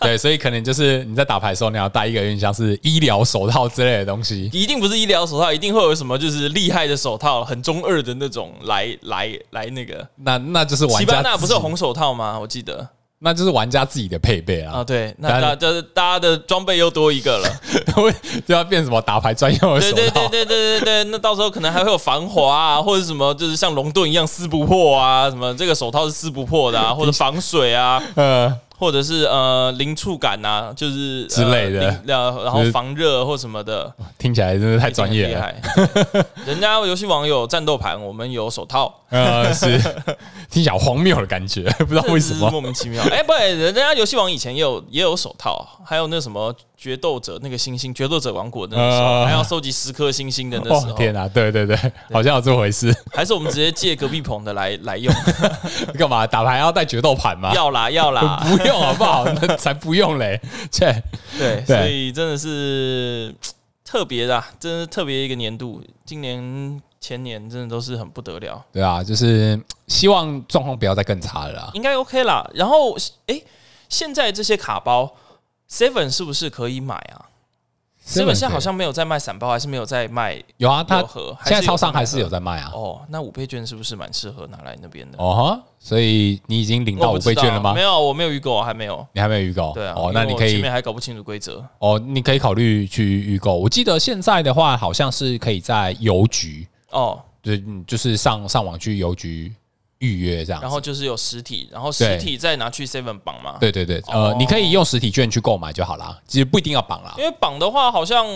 S2: 对，所以可能就是你在打牌的时候，你要戴一个有点像是医疗手套之类的东西。
S1: 一定不是医疗手套，一定会有什么就是厉害的手套，很中二的那种来来来那个。
S2: 那那就是玩
S1: 齐
S2: 家
S1: 班纳
S2: 自己
S1: 不是有红手套吗？我记得
S2: 那就是玩家自己的配备
S1: 啊，
S2: 啊，
S1: 对，那
S2: 当
S1: 大
S2: 然
S1: 家大家的装备又多一个了。
S2: 会就要变什么打牌专用的
S1: 对
S2: 手
S1: 对对
S2: 套。
S1: 对对对对，那到时候可能还会有防滑啊，或者什么，就是像龙盾一样撕不破啊，什么这个手套是撕不破的啊，或者防水啊，
S2: 呃，
S1: 或者是呃零触感啊，就是呃
S2: 之类的
S1: 零呃，然后
S2: 就是
S1: 防热或什么的，
S2: 听起来真的太专业了。
S1: 一定很厉害。对人家游戏网有战斗盘，我们有手套。
S2: 呃，是听起来好荒谬的感觉，不知道 为什
S1: 真是
S2: 么。
S1: 莫名其妙。哎、不，人家游戏王以前也有也有手套，还有那什么决斗者那个星星，决斗者王国的那个时候，
S2: 呃
S1: 还要收集十颗星星的那时
S2: 哦
S1: 候，
S2: 天啊，对对对，好像有这回事。
S1: 还是我们直接借隔壁棚的来 来用，
S2: 干嘛打牌要带决斗盘吗？
S1: 要啦 要啦，
S2: 不用好不好？那才不用嘞！切，
S1: 对，
S2: 对
S1: 所以真的是嘖特别的啊，真的是特别一个年度，今年前年真的都是很不得了，
S2: 对啊，就是希望状况不要再更差了啦。
S1: 应该 OK 啦。然后哎、现在这些卡包 Seven 是不是可以买啊？Seven 现在好像没有在卖散包，还是没有在卖
S2: 有啊，他
S1: 六盒，还
S2: 现在
S1: 是
S2: 超商
S1: 卖
S2: 还是
S1: 盒
S2: 有在卖啊。
S1: 哦，那五倍券是不是蛮适合拿来那边的？哦
S2: 哦哈，所以你已经领
S1: 我
S2: 到
S1: 不
S2: 五
S1: 知
S2: 倍
S1: 道
S2: 券了吗
S1: 没？有，我没有预购，还没有。
S2: 你还没有预购？
S1: 对啊，
S2: 哦，那
S1: 因为
S2: 你
S1: 我
S2: 可
S1: 前
S2: 以
S1: 面还搞不清楚规则。
S2: 哦，你可以考虑去预购。我记得现在的话，好像是可以在邮局，
S1: 哦，
S2: 对，嗯就是上上网去邮局预约这样子。
S1: 然后就是有实体，然后实体再拿去 Seven 绑嘛。，
S2: 对对对，呃，
S1: 哦
S2: 你可以用实体券去购买就好啦，其实不一定要绑啦
S1: 因。为绑的话好像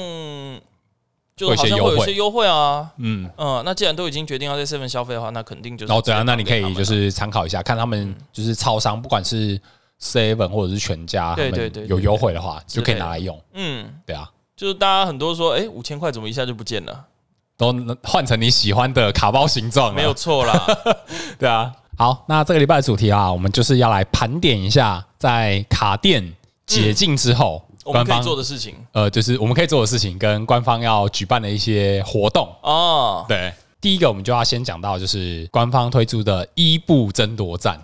S1: 就好像会有一些优惠啊。
S2: 嗯，
S1: 嗯，那既然都已经决定要在 Seven 消费的话，那肯定就是
S2: 然后怎样？那你可
S1: 直接绑
S2: 以
S1: 给
S2: 就
S1: 他们啊嗯
S2: 是参考一下，看他们就是超商，不管是 Seven 或者是全家，
S1: 对
S2: 他
S1: 对
S2: 们
S1: 对对
S2: 有优惠的话，
S1: 之类
S2: 就
S1: 的
S2: 可以拿来用。
S1: 嗯，
S2: 对啊，
S1: 就是大家很多说，哎，五千块怎么一下就不见了？
S2: 都能换成你喜欢的卡包形状了。啊
S1: 没有错啦，
S2: 对啊，好，那这个礼拜的主题啊，我们就是要来盘点一下，在卡店解禁之后，
S1: 嗯我们可以
S2: 官方
S1: 做的事情
S2: 呃，就是我们可以做的事情跟官方要举办的一些活动。
S1: 哦。
S2: 对，第一个我们就要先讲到就是官方推出的伊布争夺战。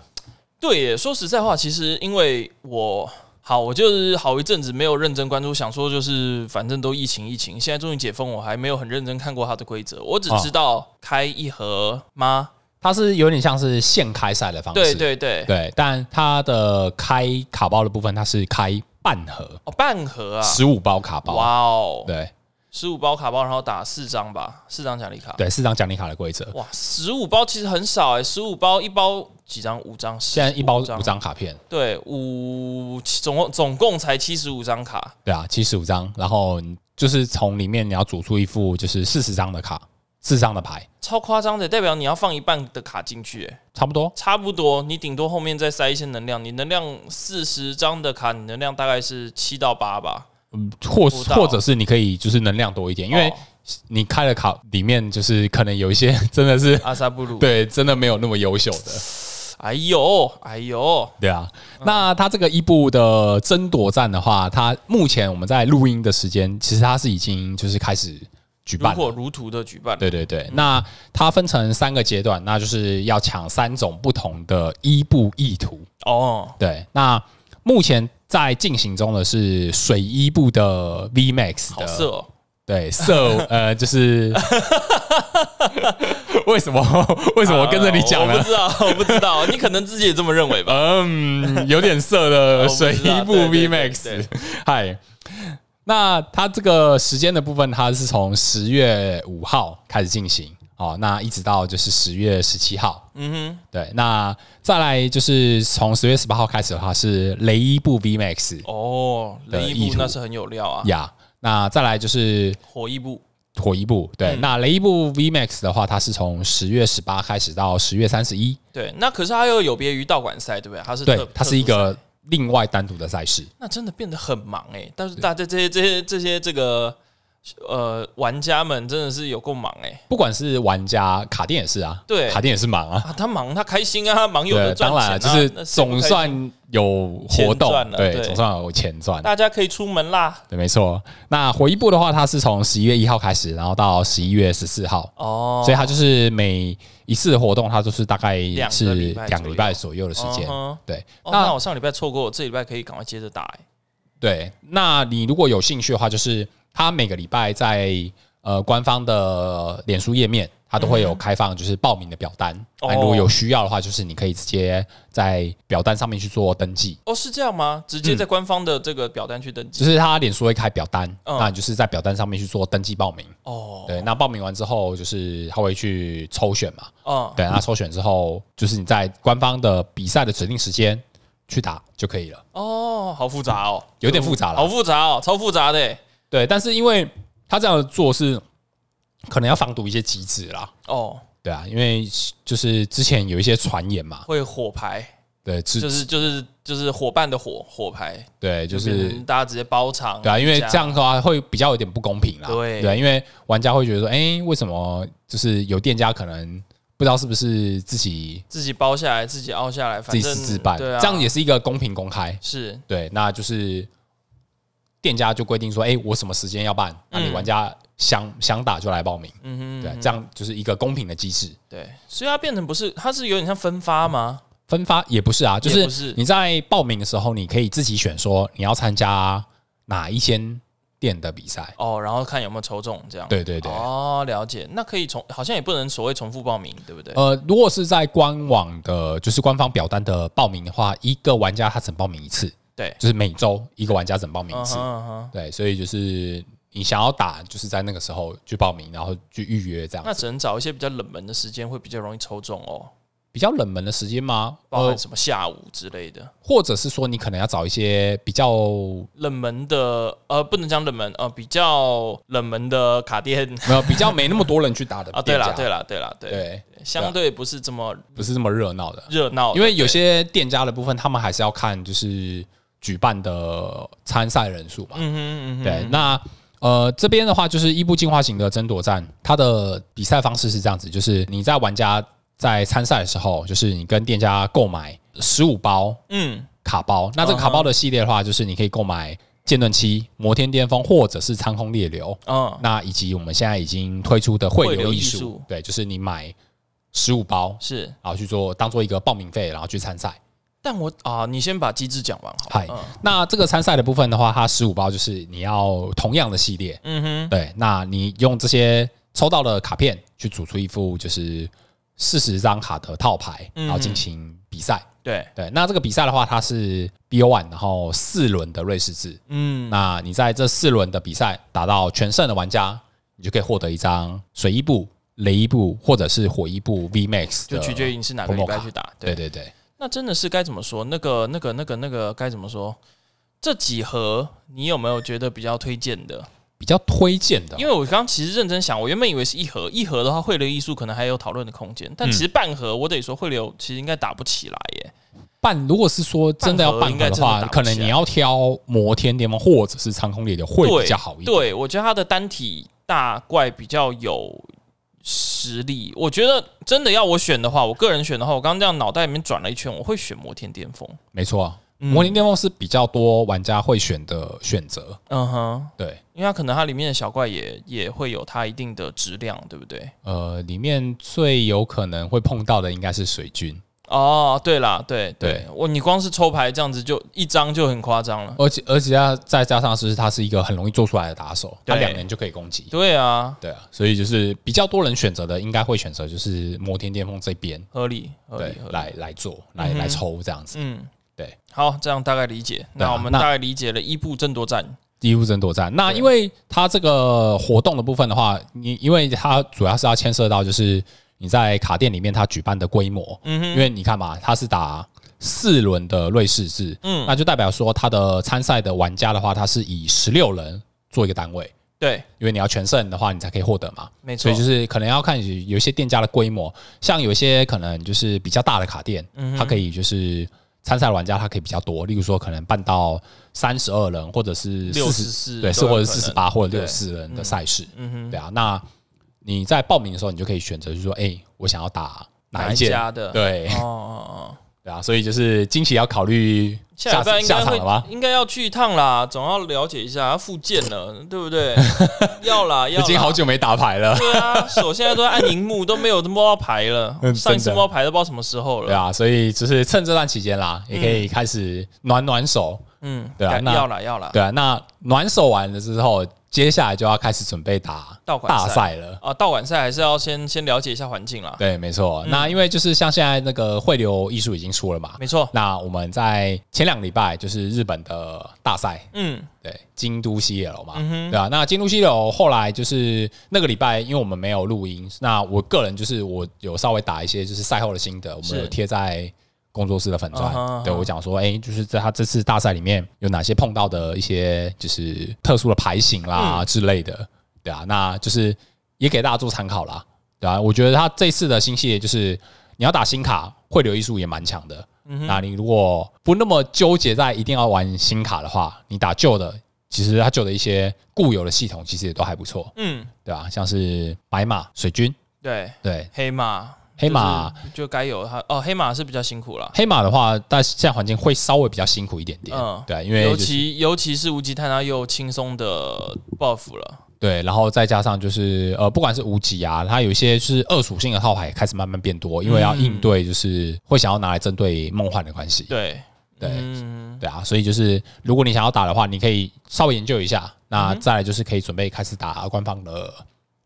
S1: 对耶，说实在话，其实因为我好，我就是好一阵子没有认真关注，想说就是反正都疫情疫情，现在终于解封，我还没有很认真看过它的规则，我只
S2: 哦
S1: 知道开一盒吗？
S2: 它是有点像哦是现开赛的方式，
S1: 对对对，
S2: 对，但它的开卡包的部分，它是开半盒，
S1: 哦，半盒啊，
S2: 十五包卡包，
S1: 哇哦，
S2: 对
S1: 十五包卡包，然后打四张吧，四张奖励卡。
S2: 对，四张奖励卡的规则。
S1: 哇，十五包其实很少哎、十五包一包几张？五张。
S2: 现在一包
S1: 15
S2: 五，张卡片，
S1: 对，五总共总共才七十五张卡。
S2: 对啊，七十五张，然后你就是从里面你要组出一副就是四十张的卡，四十张的牌，
S1: 超夸张的，代表你要放一半的卡进去、欸，
S2: 差不多。
S1: 差不多，你顶多后面再塞一些能量。你能量四十张的卡，你能量大概是七到八吧。
S2: 或
S1: 不到
S2: 或者是你可以就是能量多一点，因为
S1: 哦
S2: 你开了卡里面就是可能有一些 真的是
S1: 阿萨布鲁，
S2: 对真的没有那么优秀的，
S1: 哎呦，哎呦，
S2: 对啊。那它这个伊布的争夺战的话，它目前我们在录音的时间，其实它是已经就是开始举
S1: 如嗯
S2: 办
S1: 火
S2: 了。
S1: 如荼的举办。
S2: 对对对，那它分成三个阶段，那就是要抢三种不同的伊布意图。
S1: 哦，
S2: 对，那目前在进行中的是水伊布的 V Max
S1: 好
S2: 的
S1: 色哦，
S2: 对，色呃，就是 为什么为什么跟着你讲
S1: 啊我不？
S2: 呢
S1: 知道，我不知道， 你可能自己也这么认为吧？
S2: 嗯，有点色的
S1: 我不知道
S2: 水衣布
S1: 对
S2: V
S1: 对对
S2: Max，
S1: 对
S2: 嗨。那它这个时间的部分，它是从十月五号开始进行，哦，那一直到就是十月十七号，
S1: 嗯
S2: 对。那再来就是从十月十八号开始的话，是雷伊布 V Max
S1: 哼，哦，
S2: 呃的
S1: 雷
S2: 意
S1: 伊布
S2: 图
S1: 那是很有料啊，
S2: 呀。那再来就是
S1: 火伊布
S2: 火一部，对，
S1: 嗯
S2: 那雷一部 V Max 的话，它是从十月十八开始到十月三十一，
S1: 对，那可是它又有别于道馆赛，对不对？它是
S2: 对
S1: 特，
S2: 它是一，
S1: 特殊赛
S2: 个另外单独的赛事，
S1: 那真的变得很忙哎、但是大家这些这些这些这个呃玩家们真的是有够忙哎、
S2: 不管是玩家卡店也是啊，
S1: 对
S2: 卡店也是忙啊，
S1: 啊，他忙他开心啊，他忙有
S2: 对
S1: 的，赚
S2: 当
S1: 钱、
S2: 然
S1: 啊
S2: 了，就是
S1: 那谁不
S2: 总
S1: 开心
S2: 算有活
S1: 钱赚
S2: 动，
S1: 了
S2: 对，
S1: 对
S2: 总算有钱赚，
S1: 大家可以出门啦。
S2: 对，没错。那火一部的话，它是从十一月一号开始，然后到十一月十四号，
S1: 哦，
S2: 所以它就是每一次的活动，它就是大概
S1: 两个
S2: 是
S1: 礼拜
S2: 两
S1: 左
S2: 个礼
S1: 右
S2: 拜左右的时间
S1: 嗯哼，
S2: 对，
S1: 哦，那我上礼拜错过，我这礼拜可以赶快接着打哎、
S2: 对，那你如果有兴趣的话，就是他每个礼拜在呃官方的脸书页面，他都会有开放就是报名的表单。
S1: 哦
S2: 那如果有需要的话，就是你可以直接在表单上面去做登记。
S1: 哦，是这样吗？直接在
S2: 嗯
S1: 官方的这个表单去登记、
S2: 就是他脸书会开表单，
S1: 嗯
S2: 那你就是在表单上面去做登记报名。
S1: 哦，
S2: 对，那报名完之后，就是他会去抽选嘛。
S1: 嗯，
S2: 对，那抽选之后，就是你在官方的比赛的指定时间去打就可以了。
S1: 哦，好复杂哦，
S2: 有点复杂啦
S1: 好复杂哦，超复杂的欸
S2: 对，但是因为他这样做是可能要防堵一些机制啦。
S1: 哦，
S2: 对啊，因为就是之前有一些传言嘛，
S1: 会火牌，
S2: 对，之
S1: 就是就是就是伙伴的火火牌，
S2: 对就
S1: 变
S2: 是
S1: 成大家直接包场，
S2: 对啊，因为
S1: 加
S2: 这样的话会比较有点不公平啦。
S1: 对
S2: 对啊，因为玩家会觉得说，哎、为什么就是有店家可能不知道是不是自己
S1: 自己包下来，自己凹下来，
S2: 自
S1: 反
S2: 己
S1: 正
S2: 私自办，
S1: 对啊，
S2: 这样也是一个公平公开。
S1: 是
S2: 对，那就是店家就规定说，哎、我什么时间要办，那你
S1: 嗯
S2: 玩家想想打就来报名。
S1: 嗯
S2: 对啊，这样就是一个公平的机制。
S1: 哼，对，所以它变成不是，它是有点像分发吗？
S2: 分发也不是啊，就
S1: 也不
S2: 是
S1: 是
S2: 你在报名的时候，你可以自己选说你要参加哪一间店的比赛。
S1: 哦，然后看有没有抽中这样，
S2: 对对对，
S1: 哦，了解，那可以重，好像也不能所谓重复报名，对不对？
S2: 呃，如果是在官网的，就是官方表单的报名的话，一个玩家他只能报名一次，
S1: 对，
S2: 就是每周一个玩家只能报名一
S1: 嗯
S2: 次
S1: 哼。嗯哼，
S2: 对，所以就是你想要打，就是在那个时候去报名，然后去预约这样
S1: 那
S2: 子。
S1: 只能找一些比较冷门的时间，会比较容易抽中哦，
S2: 比较冷门的时间吗？
S1: 包
S2: 呃
S1: 含，什么下午之类的。
S2: 或者是说你可能要找一些比较
S1: 冷门的，呃，不能讲冷门，呃，比较冷门的卡店
S2: 没有比较没那么多人去打的
S1: 啊，对
S2: 店
S1: 啦，
S2: 家
S1: 对啦，对啦，对，
S2: 对，
S1: 相对不是这么
S2: 不是这么热闹的。
S1: 热闹的，
S2: 因为有些店家的部分，他们还是要看就是举办的参赛人数嘛。
S1: 嗯哼嗯哼，
S2: 对，那呃这边的话，就是伊布进化型的争夺战，它的比赛方式是这样子，就是你在玩家在参赛的时候，就是你跟店家购买十五包
S1: 嗯
S2: 卡包，那这个
S1: 嗯哼
S2: 卡包的系列的话，就是你可以购买剑盾七、摩天巅峰或者是苍空裂流，
S1: 嗯，
S2: 那以及我们现在已经推出的汇
S1: 汇流
S2: 流艺
S1: 艺
S2: 术
S1: 术，
S2: 对，就是你买十五包，
S1: 是。
S2: 然后去做当做一个报名费，然后去参赛。
S1: 但我啊，你先把机制讲完好了。
S2: 嗨
S1: 嗯，
S2: 那这个参赛的部分的话，它十五包就是你要同样的系列，
S1: 嗯哼，
S2: 对，那你用这些抽到的卡片去组出一副就是四十张卡的套牌，然后进
S1: 嗯
S2: 行比赛。
S1: 对，
S2: 对，那这个比赛的话，它是 BO One，然后四轮的瑞士制。
S1: 嗯，
S2: 那你在这四轮的比赛打到全胜的玩家，你就可以获得一张水衣部、雷衣部或者是火衣部 V Max，
S1: 就取决
S2: 于。
S1: 于你是哪个礼拜去打。
S2: 对对对，
S1: 那真的是该怎么说？那个、那个、那个、那个该怎么说？这几盒你有没有觉得比较推荐的？
S2: 比较推荐的
S1: 因，为我刚其实认真想，我原本以为是一盒，一盒的话汇流艺术可能还有讨论的空间，
S2: 嗯
S1: 但其实半盒我得说汇流其实应该打不起来耶。
S2: 办如果是说真的要
S1: 办盒
S2: 办
S1: 应
S2: 盒
S1: 该
S2: 的
S1: 真的
S2: 话，
S1: 打不
S2: 可能
S1: 起
S2: 你
S1: 来
S2: 要挑摩天巅峰或者是苍空猎流会
S1: 对，
S2: 比较好一点。
S1: 对，我觉得它的单体大怪比较有实力。我觉得真的要我选的话，我个人选的话，我刚刚这样脑袋里面转了一圈，我会选摩天巅峰。
S2: 没错啊，
S1: 嗯
S2: 摩天巅峰是比较多玩家会选的选择。
S1: 嗯哼，
S2: 对，
S1: 因为它可能它里面的小怪也也会有它一定的质量，对不对？
S2: 呃，里面最有可能会碰到的应该是水军，
S1: 哦，对啦，对
S2: 对哦
S1: 对，我你光是抽牌这样子就一张就很夸张了。
S2: 而且而且要再加上是它是一个很容易做出来的打手，它
S1: 对
S2: 两年就可以攻击。
S1: 对啊，
S2: 对啊，所以就是比较多人选择的，应该会选择就是摩天巅峰这边，
S1: 合理合
S2: 对
S1: 理合，理。
S2: 来来做，来来抽这样子。
S1: 嗯，
S2: 对，
S1: 好，这样大概理解。
S2: 对啊
S1: 那我们
S2: 那
S1: 大概理解了伊布争夺战。
S2: 第一步争夺战。那
S1: 对
S2: 因为它这个活动的部分的话，你因为它主要是要牵涉到就是你在卡店里面它举办的规模，
S1: 嗯
S2: 因
S1: 哼，
S2: 为你看嘛，它是打四轮的瑞士制，
S1: 嗯
S2: 那就代表说它的参赛的玩家的话，它是以十六人做一个单位，
S1: 对，
S2: 因为你要全胜的话，你才可以获得嘛。
S1: 没错
S2: 所以就是可能要看有有一些店家的规模，像有一些可能就是比较大的卡店，
S1: 嗯
S2: 它可以就是参赛玩家它可以比较多，例如说可能办到三十二人或者是
S1: 六十
S2: 40
S1: 四
S2: 对，是或者四十，八或者
S1: 对
S2: 六十四人的赛事，
S1: 嗯哼，
S2: 对啊。那你在报名的时候，你就可以选择，就是说，哎、我想要打哪
S1: 哪
S2: 一
S1: 一
S2: 件？
S1: 家的？
S2: 对
S1: 哦，哦哦，
S2: 对啊，所以就是惊喜要考虑
S1: 下礼
S2: 下
S1: 拜应该
S2: 下场了吗
S1: 会？应该要去一趟啦，总要了解一下它复健了，对不 对？要啦，要
S2: 已
S1: 啦
S2: 经好。久没打牌了，
S1: 对啊，手现在都在按荧幕，都没有摸到牌了
S2: 嗯真。的
S1: 上一次摸到牌都不知道什么时候
S2: 对
S1: 了。
S2: 啊，所以就是趁这段期间啦，也可以开始暖暖手，
S1: 嗯，
S2: 对啊
S1: 该
S2: 那
S1: 要啦，要啦。
S2: 对啊。那暖手完了之后，接下来就要开始准备打
S1: 道馆
S2: 大
S1: 赛
S2: 赛了。
S1: 啊，到晚赛还是要先先了解一下环境啦。
S2: 对，没错。那因为就是像现在那个汇流艺术已经出了嘛，
S1: 嗯没错，
S2: 那我们在前两个礼拜就是日本的大赛，
S1: 嗯，
S2: 对，京都西野楼嘛，
S1: 嗯哼
S2: 对啊，那京都西野楼后来就是那个礼拜，因为我们没有录音，那我个人就是我有稍微打一些就是赛后的心得，我
S1: 是
S2: 们有贴在工作室的粉砖
S1: 啊哈啊哈
S2: 对我讲说，哎、就是在他这次大赛里面有哪些碰到的一些就是特殊的牌型啦、
S1: 嗯
S2: 之类的，对啊，那就是也给大家做参考啦，对啊，我觉得他这次的新系列就是你要打新卡，汇流艺术也蛮强的。
S1: 嗯
S2: 那你如果不那么纠结在一定要玩新卡的话，你打旧的，其实它旧的一些固有的系统其实也都还不错，
S1: 嗯，
S2: 对吧、像是白马、水军，
S1: 对，
S2: 对
S1: 黑马，
S2: 黑马
S1: 就是就该有它哦，黑马是比较辛苦啦。
S2: 黑马的话，但现在环境会稍微比较辛苦一点点，
S1: 嗯
S2: 对啊、因为
S1: 尤
S2: 就是
S1: 其尤其是无极探，它又轻松的 buff 了，
S2: 对，然后再加上就是呃，不管是无极啊，它有一些是二属性的套牌开始慢慢变多，因为要
S1: 嗯
S2: 应对就是会想要拿来针对梦幻的关系，
S1: 对
S2: 对
S1: 嗯，
S2: 对啊，所以就是如果你想要打的话，你可以稍微研究一下。
S1: 嗯
S2: 那再来就是可以准备开始打官方的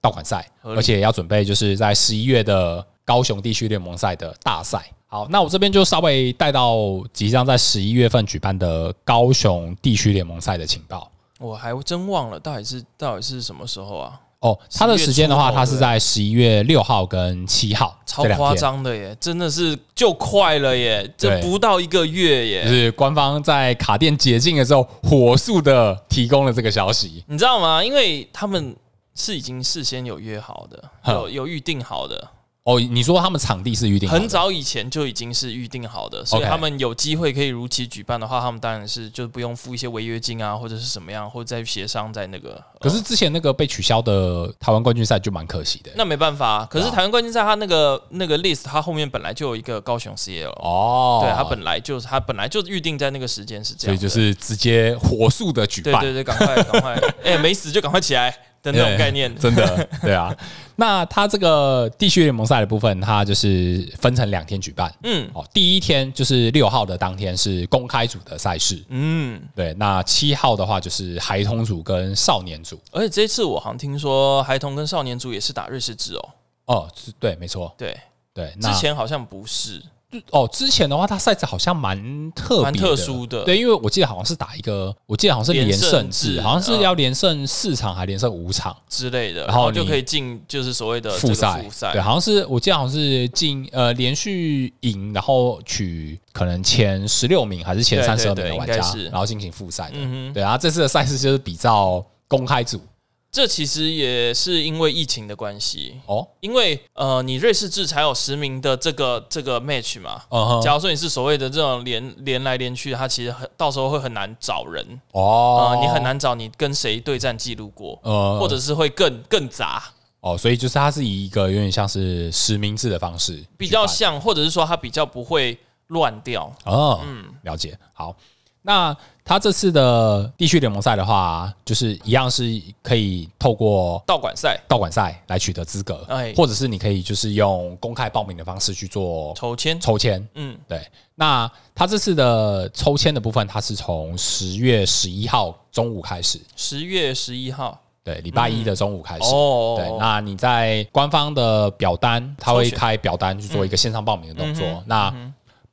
S2: 道馆赛，
S1: 合理
S2: 而且要准备就是在十一月的高雄地区联盟赛的大赛。好，那我这边就稍微带到即将在十一月份举办的高雄地区联盟赛的情报
S1: 我还真忘了到底是到底是什么时候啊，
S2: 哦。它的时间的话，
S1: 11月初
S2: 它
S1: 头
S2: 是在十一月六号跟七号
S1: 超
S2: 这两
S1: 夸
S2: 天，
S1: 张的耶，真的是就快了耶，这
S2: 对
S1: 不到一个月
S2: 就
S1: 耶，
S2: 是官方在卡店解禁的时候，火速的提供了这个消息。
S1: 你知道吗？因为他们是已经事先有约好的，
S2: 哼
S1: 有有预定好的，
S2: 哦，你说他们场地是预定好的
S1: 很早以前就已经是预定好的，所以
S2: OK
S1: 他们有机会可以如期举办的话，他们当然是就不用付一些违约金啊，或者是什么样，或者再协商在那个。呃
S2: 可是之前那个被取消的台湾冠军赛就蛮可惜的。
S1: 那没办法、啊，可是台湾冠军赛他那个那个 list，他后面本来就有一个高雄 CL，、
S2: 哦，
S1: 对他本来就是他本来就预定在那个时间是这
S2: 所
S1: 样
S2: 以
S1: 的，
S2: 就是直接火速的举
S1: 对
S2: 办
S1: 对，对，赶快赶 快，哎、没死就赶快起来的那种
S2: 对
S1: 概念。
S2: 真的对啊。那它这个地区联盟赛的部分，它就是分成两天举办。
S1: 嗯
S2: 哦，第一天就是六号的当天是公开组的赛事，
S1: 嗯，
S2: 对。那七号的话就是孩童组跟少年组。
S1: 而且这次我好像听说孩童跟少年组也是打瑞士制哦，
S2: 哦，是对，没错，
S1: 对，
S2: 对。那
S1: 之前好像不是，
S2: 哦，之前的话，它赛制好像蛮特别的
S1: 蛮特殊的
S2: 对，因为我记得好像是打一个，我记得好像是连胜制，
S1: 连胜制嗯
S2: 好像是要连胜四场还连胜五场
S1: 之类的，
S2: 然
S1: 然
S2: 后
S1: 后就
S2: 你
S1: 可以进就是所谓的呃这
S2: 复
S1: 个
S2: 赛
S1: 复，赛
S2: 对，。啊好像是我记得好像是进呃连续赢，然后取可能前十六名还是前
S1: 对
S2: 三十二
S1: 对对
S2: 名的玩
S1: 应
S2: 家
S1: 该是，
S2: 然后进行复赛的。
S1: 嗯哼，
S2: 对，然后啊这次的赛事就是比照公开组
S1: 这其实也是因为疫情的关系，
S2: 哦，
S1: 因为呃，你瑞士制才有实名的这个这个 match 嘛。
S2: 嗯哼，
S1: 假如说你是所谓的这种连连来连去，它其实很到时候会很难找人啊、
S2: 哦
S1: 呃，你很难找你跟谁对战记录过，
S2: 呃
S1: 或者是会更更杂，
S2: 哦，所以就是它是以一个有点像是实名制的方式，
S1: 比较像，或者是说它比较不会乱掉。
S2: 哦，嗯，了解。好，那他这次的地区联盟赛的话，就是一样是可以透过
S1: 道馆赛
S2: 道馆赛来取得资格，
S1: 哎
S2: 或者是你可以就是用公开报名的方式去做
S1: 抽签，
S2: 抽签。
S1: 嗯，
S2: 对，那他这次的抽签的部分，它是从十月十一号中午开始，
S1: 十月十一号
S2: 对，礼拜一的中午开始。
S1: 嗯哦，
S2: 对，那你在官方的表单，他会
S1: 抽选
S2: 开表单去做一个线上报名的动作。
S1: 嗯
S2: 那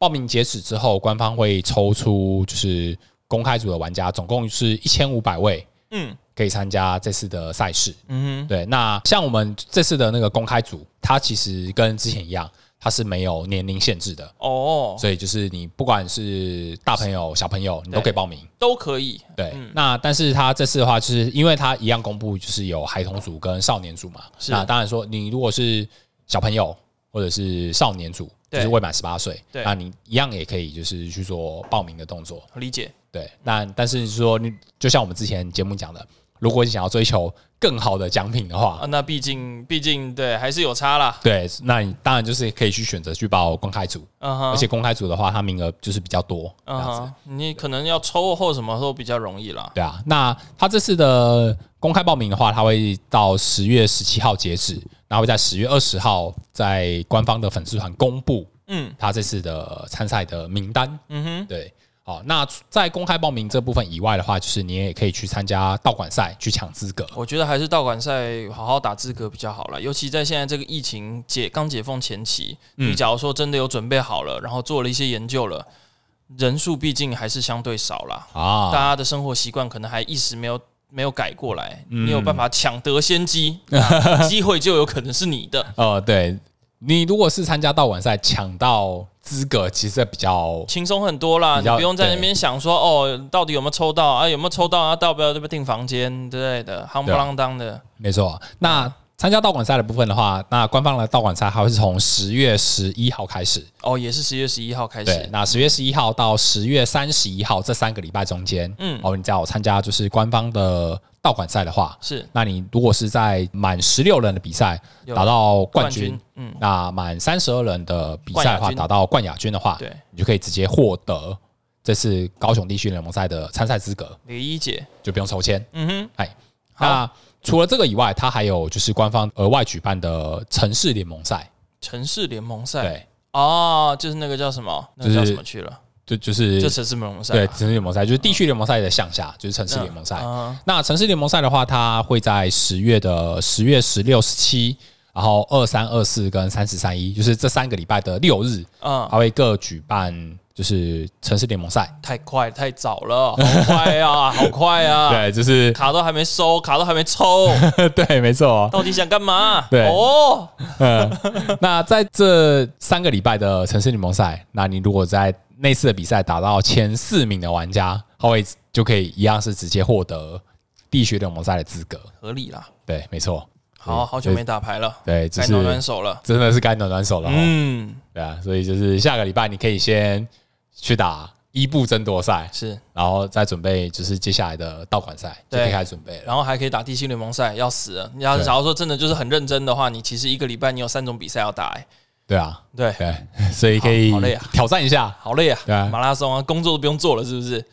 S2: 报名截止之后，官方会抽出就是公开组的玩家，总共是一千五百位
S1: 嗯
S2: 可以参加这次的赛事。
S1: 嗯
S2: 对，那像我们这次的那个公开组，它其实跟之前一样，它是没有年龄限制的，
S1: 哼，哦，
S2: 所以就是你不管是大朋友、小朋友，你都可以报名。
S1: 都可以，
S2: 对，那但是他这次的话，就是因为他一样公布，就是有孩童组跟少年组嘛。
S1: 是
S2: 那当然说，你如果是小朋友或者是少年组，就
S1: 对
S2: 是未满十八岁，
S1: 对
S2: 那你一样也可以就是去做报名的动作。
S1: 理解。
S2: 对，那但是说，你就像我们之前节目讲的，如果你想要追求更好的奖品的话，
S1: 啊，那毕竟毕竟对还是有差啦，
S2: 对，那你当然就是可以去选择去报公开组，
S1: 嗯哼，
S2: 而且公开组的话，它名额就是比较多这
S1: 嗯
S2: 样子。
S1: 哼，你可能要抽或什么都比较容易啦。
S2: 对啊，那他这次的公开报名的话，他会到十月十七号截止，然后会在十月二十号在官方的粉丝团公布
S1: 嗯
S2: 他这次的参赛的名单。
S1: 嗯哼，
S2: 对，好，那在公开报名这部分以外的话，就是你也可以去参加道馆赛去抢资格。
S1: 我觉得还是道馆赛好好打资格比较好啦，尤其在现在这个疫情解刚解封前期，
S2: 嗯
S1: 你假如说真的有准备好了，然后做了一些研究了，人数毕竟还是相对少啦，大
S2: 啊，
S1: 家的生活习惯可能还一时没有。没有改过来，你
S2: 嗯
S1: 有办法抢得先机，那 机会就有可能是你的，
S2: 呃，对你如果是参加道馆赛抢到资格，其实比较
S1: 轻松很多啦。
S2: 比
S1: 你
S2: 较
S1: 不用在那边想说哦，到底有没有抽到啊？有没有抽到啊？到不要这边订房间之类的，夯不
S2: 对啊
S1: 啷当的。
S2: 没错。那参加道馆赛的部分的话，那官方的道馆赛它会是从十月十一号开始。
S1: 哦，也是十月十一号开
S2: 对
S1: 始，。
S2: 那十月十一号到十月三十一号这三个礼拜中间，嗯
S1: 嗯，
S2: 哦，你只要有参加就是官方的道馆赛的话，
S1: 是
S2: 那你如果是在满十六人的比赛
S1: 有
S2: 打到冠军，，
S1: 嗯，
S2: 那满三十二人的比赛的
S1: 冠亚
S2: 话
S1: 军
S2: 打到冠亚军的话，
S1: 对，
S2: 你就可以直接获得这次高雄地区联盟赛的参赛资格，
S1: 理解，
S2: 就不用抽签。
S1: 嗯哼，
S2: 哎，
S1: 好
S2: 那除了这个以外，它还有就是官方额外举办的城市联盟赛，
S1: 城市联盟赛，
S2: 对，
S1: 哦，就是那个叫什么，那
S2: 就
S1: 个
S2: 是
S1: 叫什么去了？
S2: 就就是
S1: 就城市联盟赛
S2: 对
S1: 啊，
S2: 城市联盟赛，就是地区联盟赛的项下，就是城市联盟赛。
S1: 啊，
S2: 那城市联盟赛的话，它会在十月的十月十六、十七，然后二三、二四跟三十三一，就是这三个礼拜的六日，
S1: 嗯，
S2: 它会各举办就是城市联盟赛。
S1: 太快太早了， 好快啊，好快啊，
S2: 对，就是
S1: 卡都还没收，卡都还没抽，
S2: 对，没错。
S1: 到底想干嘛？
S2: 对
S1: 哦，
S2: 那在这三个礼拜的城市联盟赛，那你如果在那次的比赛打到前四名的玩家，他会就可以一样是直接获得地区联盟赛的资格。
S1: 合理啦，
S2: 对，没错。
S1: 好好久没打牌了，
S2: 对，只
S1: 该
S2: 是
S1: 暖暖手了。
S2: 真的是该暖暖手了。嗯，
S1: 嗯，
S2: 对啊，所以就是下个礼拜你可以先去打伊布争夺赛，
S1: 是，
S2: 然后再准备就是接下来的道馆赛就
S1: 对
S2: 可以开始准备了。
S1: 然后还可以打地心联盟赛，要死了！你要假如说真的就是很认真的话，你其实一个礼拜你有三种比赛要打、欸，
S2: 对啊，
S1: 对，
S2: 对，所以可以
S1: 好好累啊
S2: 挑战一下。
S1: 好累啊，
S2: 对啊
S1: 马拉松啊，工作都不用做了，是不 是？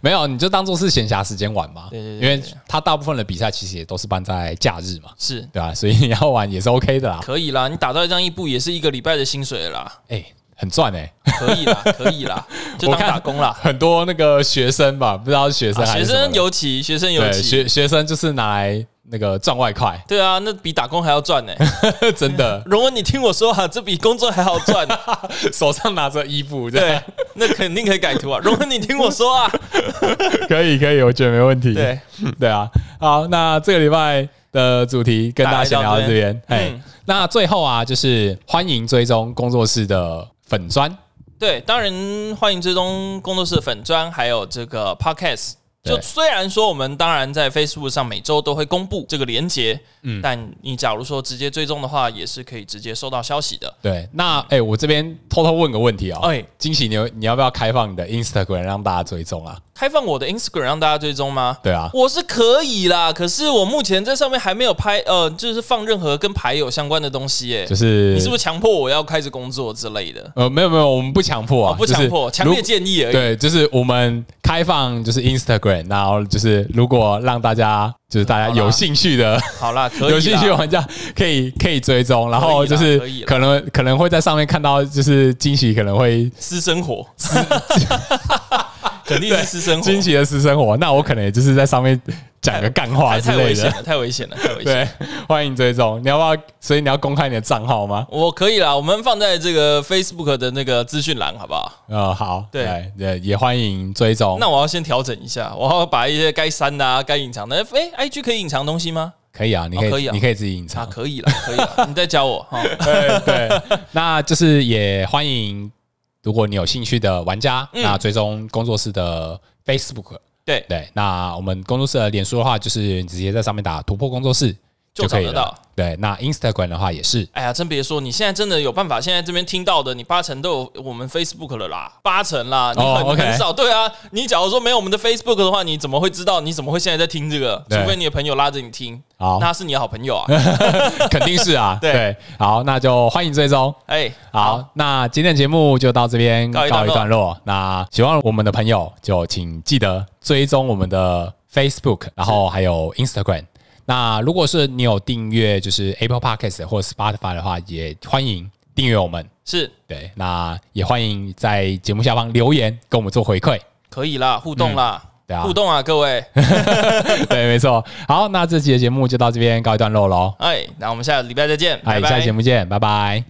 S2: 没有，你就当做是闲暇时间玩嘛。
S1: 对对对
S2: 因为他大部分的比赛其实也都是办在假日嘛，
S1: 是，
S2: 对啊，所以你要玩也是 OK 的啦。
S1: 可以啦，你打到一张一步也是一个礼拜的薪水了啦，
S2: 哎、很赚哎、
S1: 可以 啦，可以啦，就当
S2: 我看
S1: 打工啦。
S2: 很多那个学生吧，不知道是学生
S1: 啊
S2: 还
S1: 学
S2: 是什么的、
S1: 生尤其，学生尤
S2: 对
S1: 其，
S2: 学学生就是拿来那个赚外快，
S1: 对啊，那比打工还要赚呢、欸。
S2: 真的
S1: 荣文，你听我说啊，这比工作还好赚、
S2: 手上拿着衣服，这
S1: 对
S2: 样，
S1: 那肯定可以改图啊。荣文，你听我说啊，
S2: 可以可以，我觉得没问题。
S1: 对，
S2: 对啊，好，那这个礼拜的主题跟大家先聊到这边。
S1: 大家聊到这
S2: 哎
S1: 边嗯，
S2: 那最后啊，就是欢迎追踪工作室的粉砖，
S1: 对，当然欢迎追踪工作室的粉砖，还有这个 podcast。就
S2: 对
S1: 虽然说我们当然在 Facebook 上每周都会公布这个连接，
S2: 嗯
S1: 但你假如说直接追踪的话，也是可以直接收到消息的。
S2: 对，那哎、我这边偷偷问个问题哦，哎、
S1: 哎
S2: 惊喜，你有你要不要开放你的 Instagram 让大家追踪啊？
S1: 开放我的 Instagram 让大家追踪吗？
S2: 对啊，
S1: 我是可以啦，可是我目前在上面还没有拍，呃，就是放任何跟牌有相关的东西、耶。
S2: 就是
S1: 你是不是强迫我要开始工作之类的？
S2: 呃，没有没有，我们不强迫啊，
S1: 我哦不强迫，
S2: 就是
S1: 强
S2: 如
S1: 烈建议而已。
S2: 对，就是我们开放就是 Instagram，然后就是如果让大家就是大家
S1: 好啦
S2: 有兴趣的。
S1: 好啦，可以啦。
S2: 有兴趣的玩家可以可以追踪，然后
S1: 可以
S2: 就
S1: 啦
S2: 是
S1: 可以啦
S2: 可能可能会在上面看到，就是惊喜可能 会
S1: 私生 活，肯定是私生活，
S2: 惊喜的私生活，那我可能也就是在上面讲个干
S1: 太
S2: 话啊之
S1: 太
S2: 类
S1: 危险
S2: 的。
S1: 了，太危 险了，太危险了。
S2: 对，欢迎追踪，你要不要？所以你要公开你的账号吗？
S1: 我可以啦，我们放在这个 Facebook 的那个资讯栏，好不好？
S2: 呃，好，
S1: 对
S2: 来也也欢迎追踪，
S1: 那我要先调整一下，我要把一些该删的、啊、该隐藏的，哎、i g 可以隐藏东西吗？
S2: 可以啊，你
S1: 哦
S2: 可
S1: 可
S2: 以
S1: 以啊
S2: 你可以自己隐
S1: 啊，
S2: 藏，
S1: 可以了，可以了， 你再教我哈。
S2: 对对，那就是也欢迎，如果你有兴趣的玩家，
S1: 嗯
S2: 那追踪工作室的 Facebook。
S1: 对，
S2: 对，那我们工作室的脸书的话，就是你直接在上面打“突破工作室”
S1: 就
S2: 就可以
S1: 找得
S2: 了
S1: 到。
S2: 对，那 Instagram 的话也是，
S1: 哎呀，真别说，你现在真的有办法，现在这边听到的，你八成都有我们 Facebook 了啦，八成啦，你很、
S2: 哦，OK
S1: 很少。对啊，你假如说没有我们的 Facebook 的话，你怎么会知道？你怎么会现在在听这个？除
S2: 对
S1: 非你的朋友拉着你听，
S2: 好
S1: 那，他是你的好朋友啊。
S2: 肯定是啊。
S1: 对
S2: 对，好，那就欢迎追踪。
S1: 哎，
S2: 好，那今天的节目就到这边告
S1: 告
S2: 一
S1: 一段落
S2: 段落。那喜欢我们的朋友，就请记得追踪我们的 Facebook，然后还有 Instagram。那如果是你有订阅就是 Apple Podcast 或 Spotify 的话，也欢迎订阅我们。
S1: 是
S2: 对，那也欢迎在节目下方留言跟我们做回馈。
S1: 可以啦，互动啦，
S2: 对啊
S1: 互动啊，各位。
S2: 对，没错。好，那这期的节目就到这边告一段落喽。
S1: 哎，那我们下个礼拜再见，拜
S2: 哎，
S1: 拜。
S2: 下期节目见，拜拜。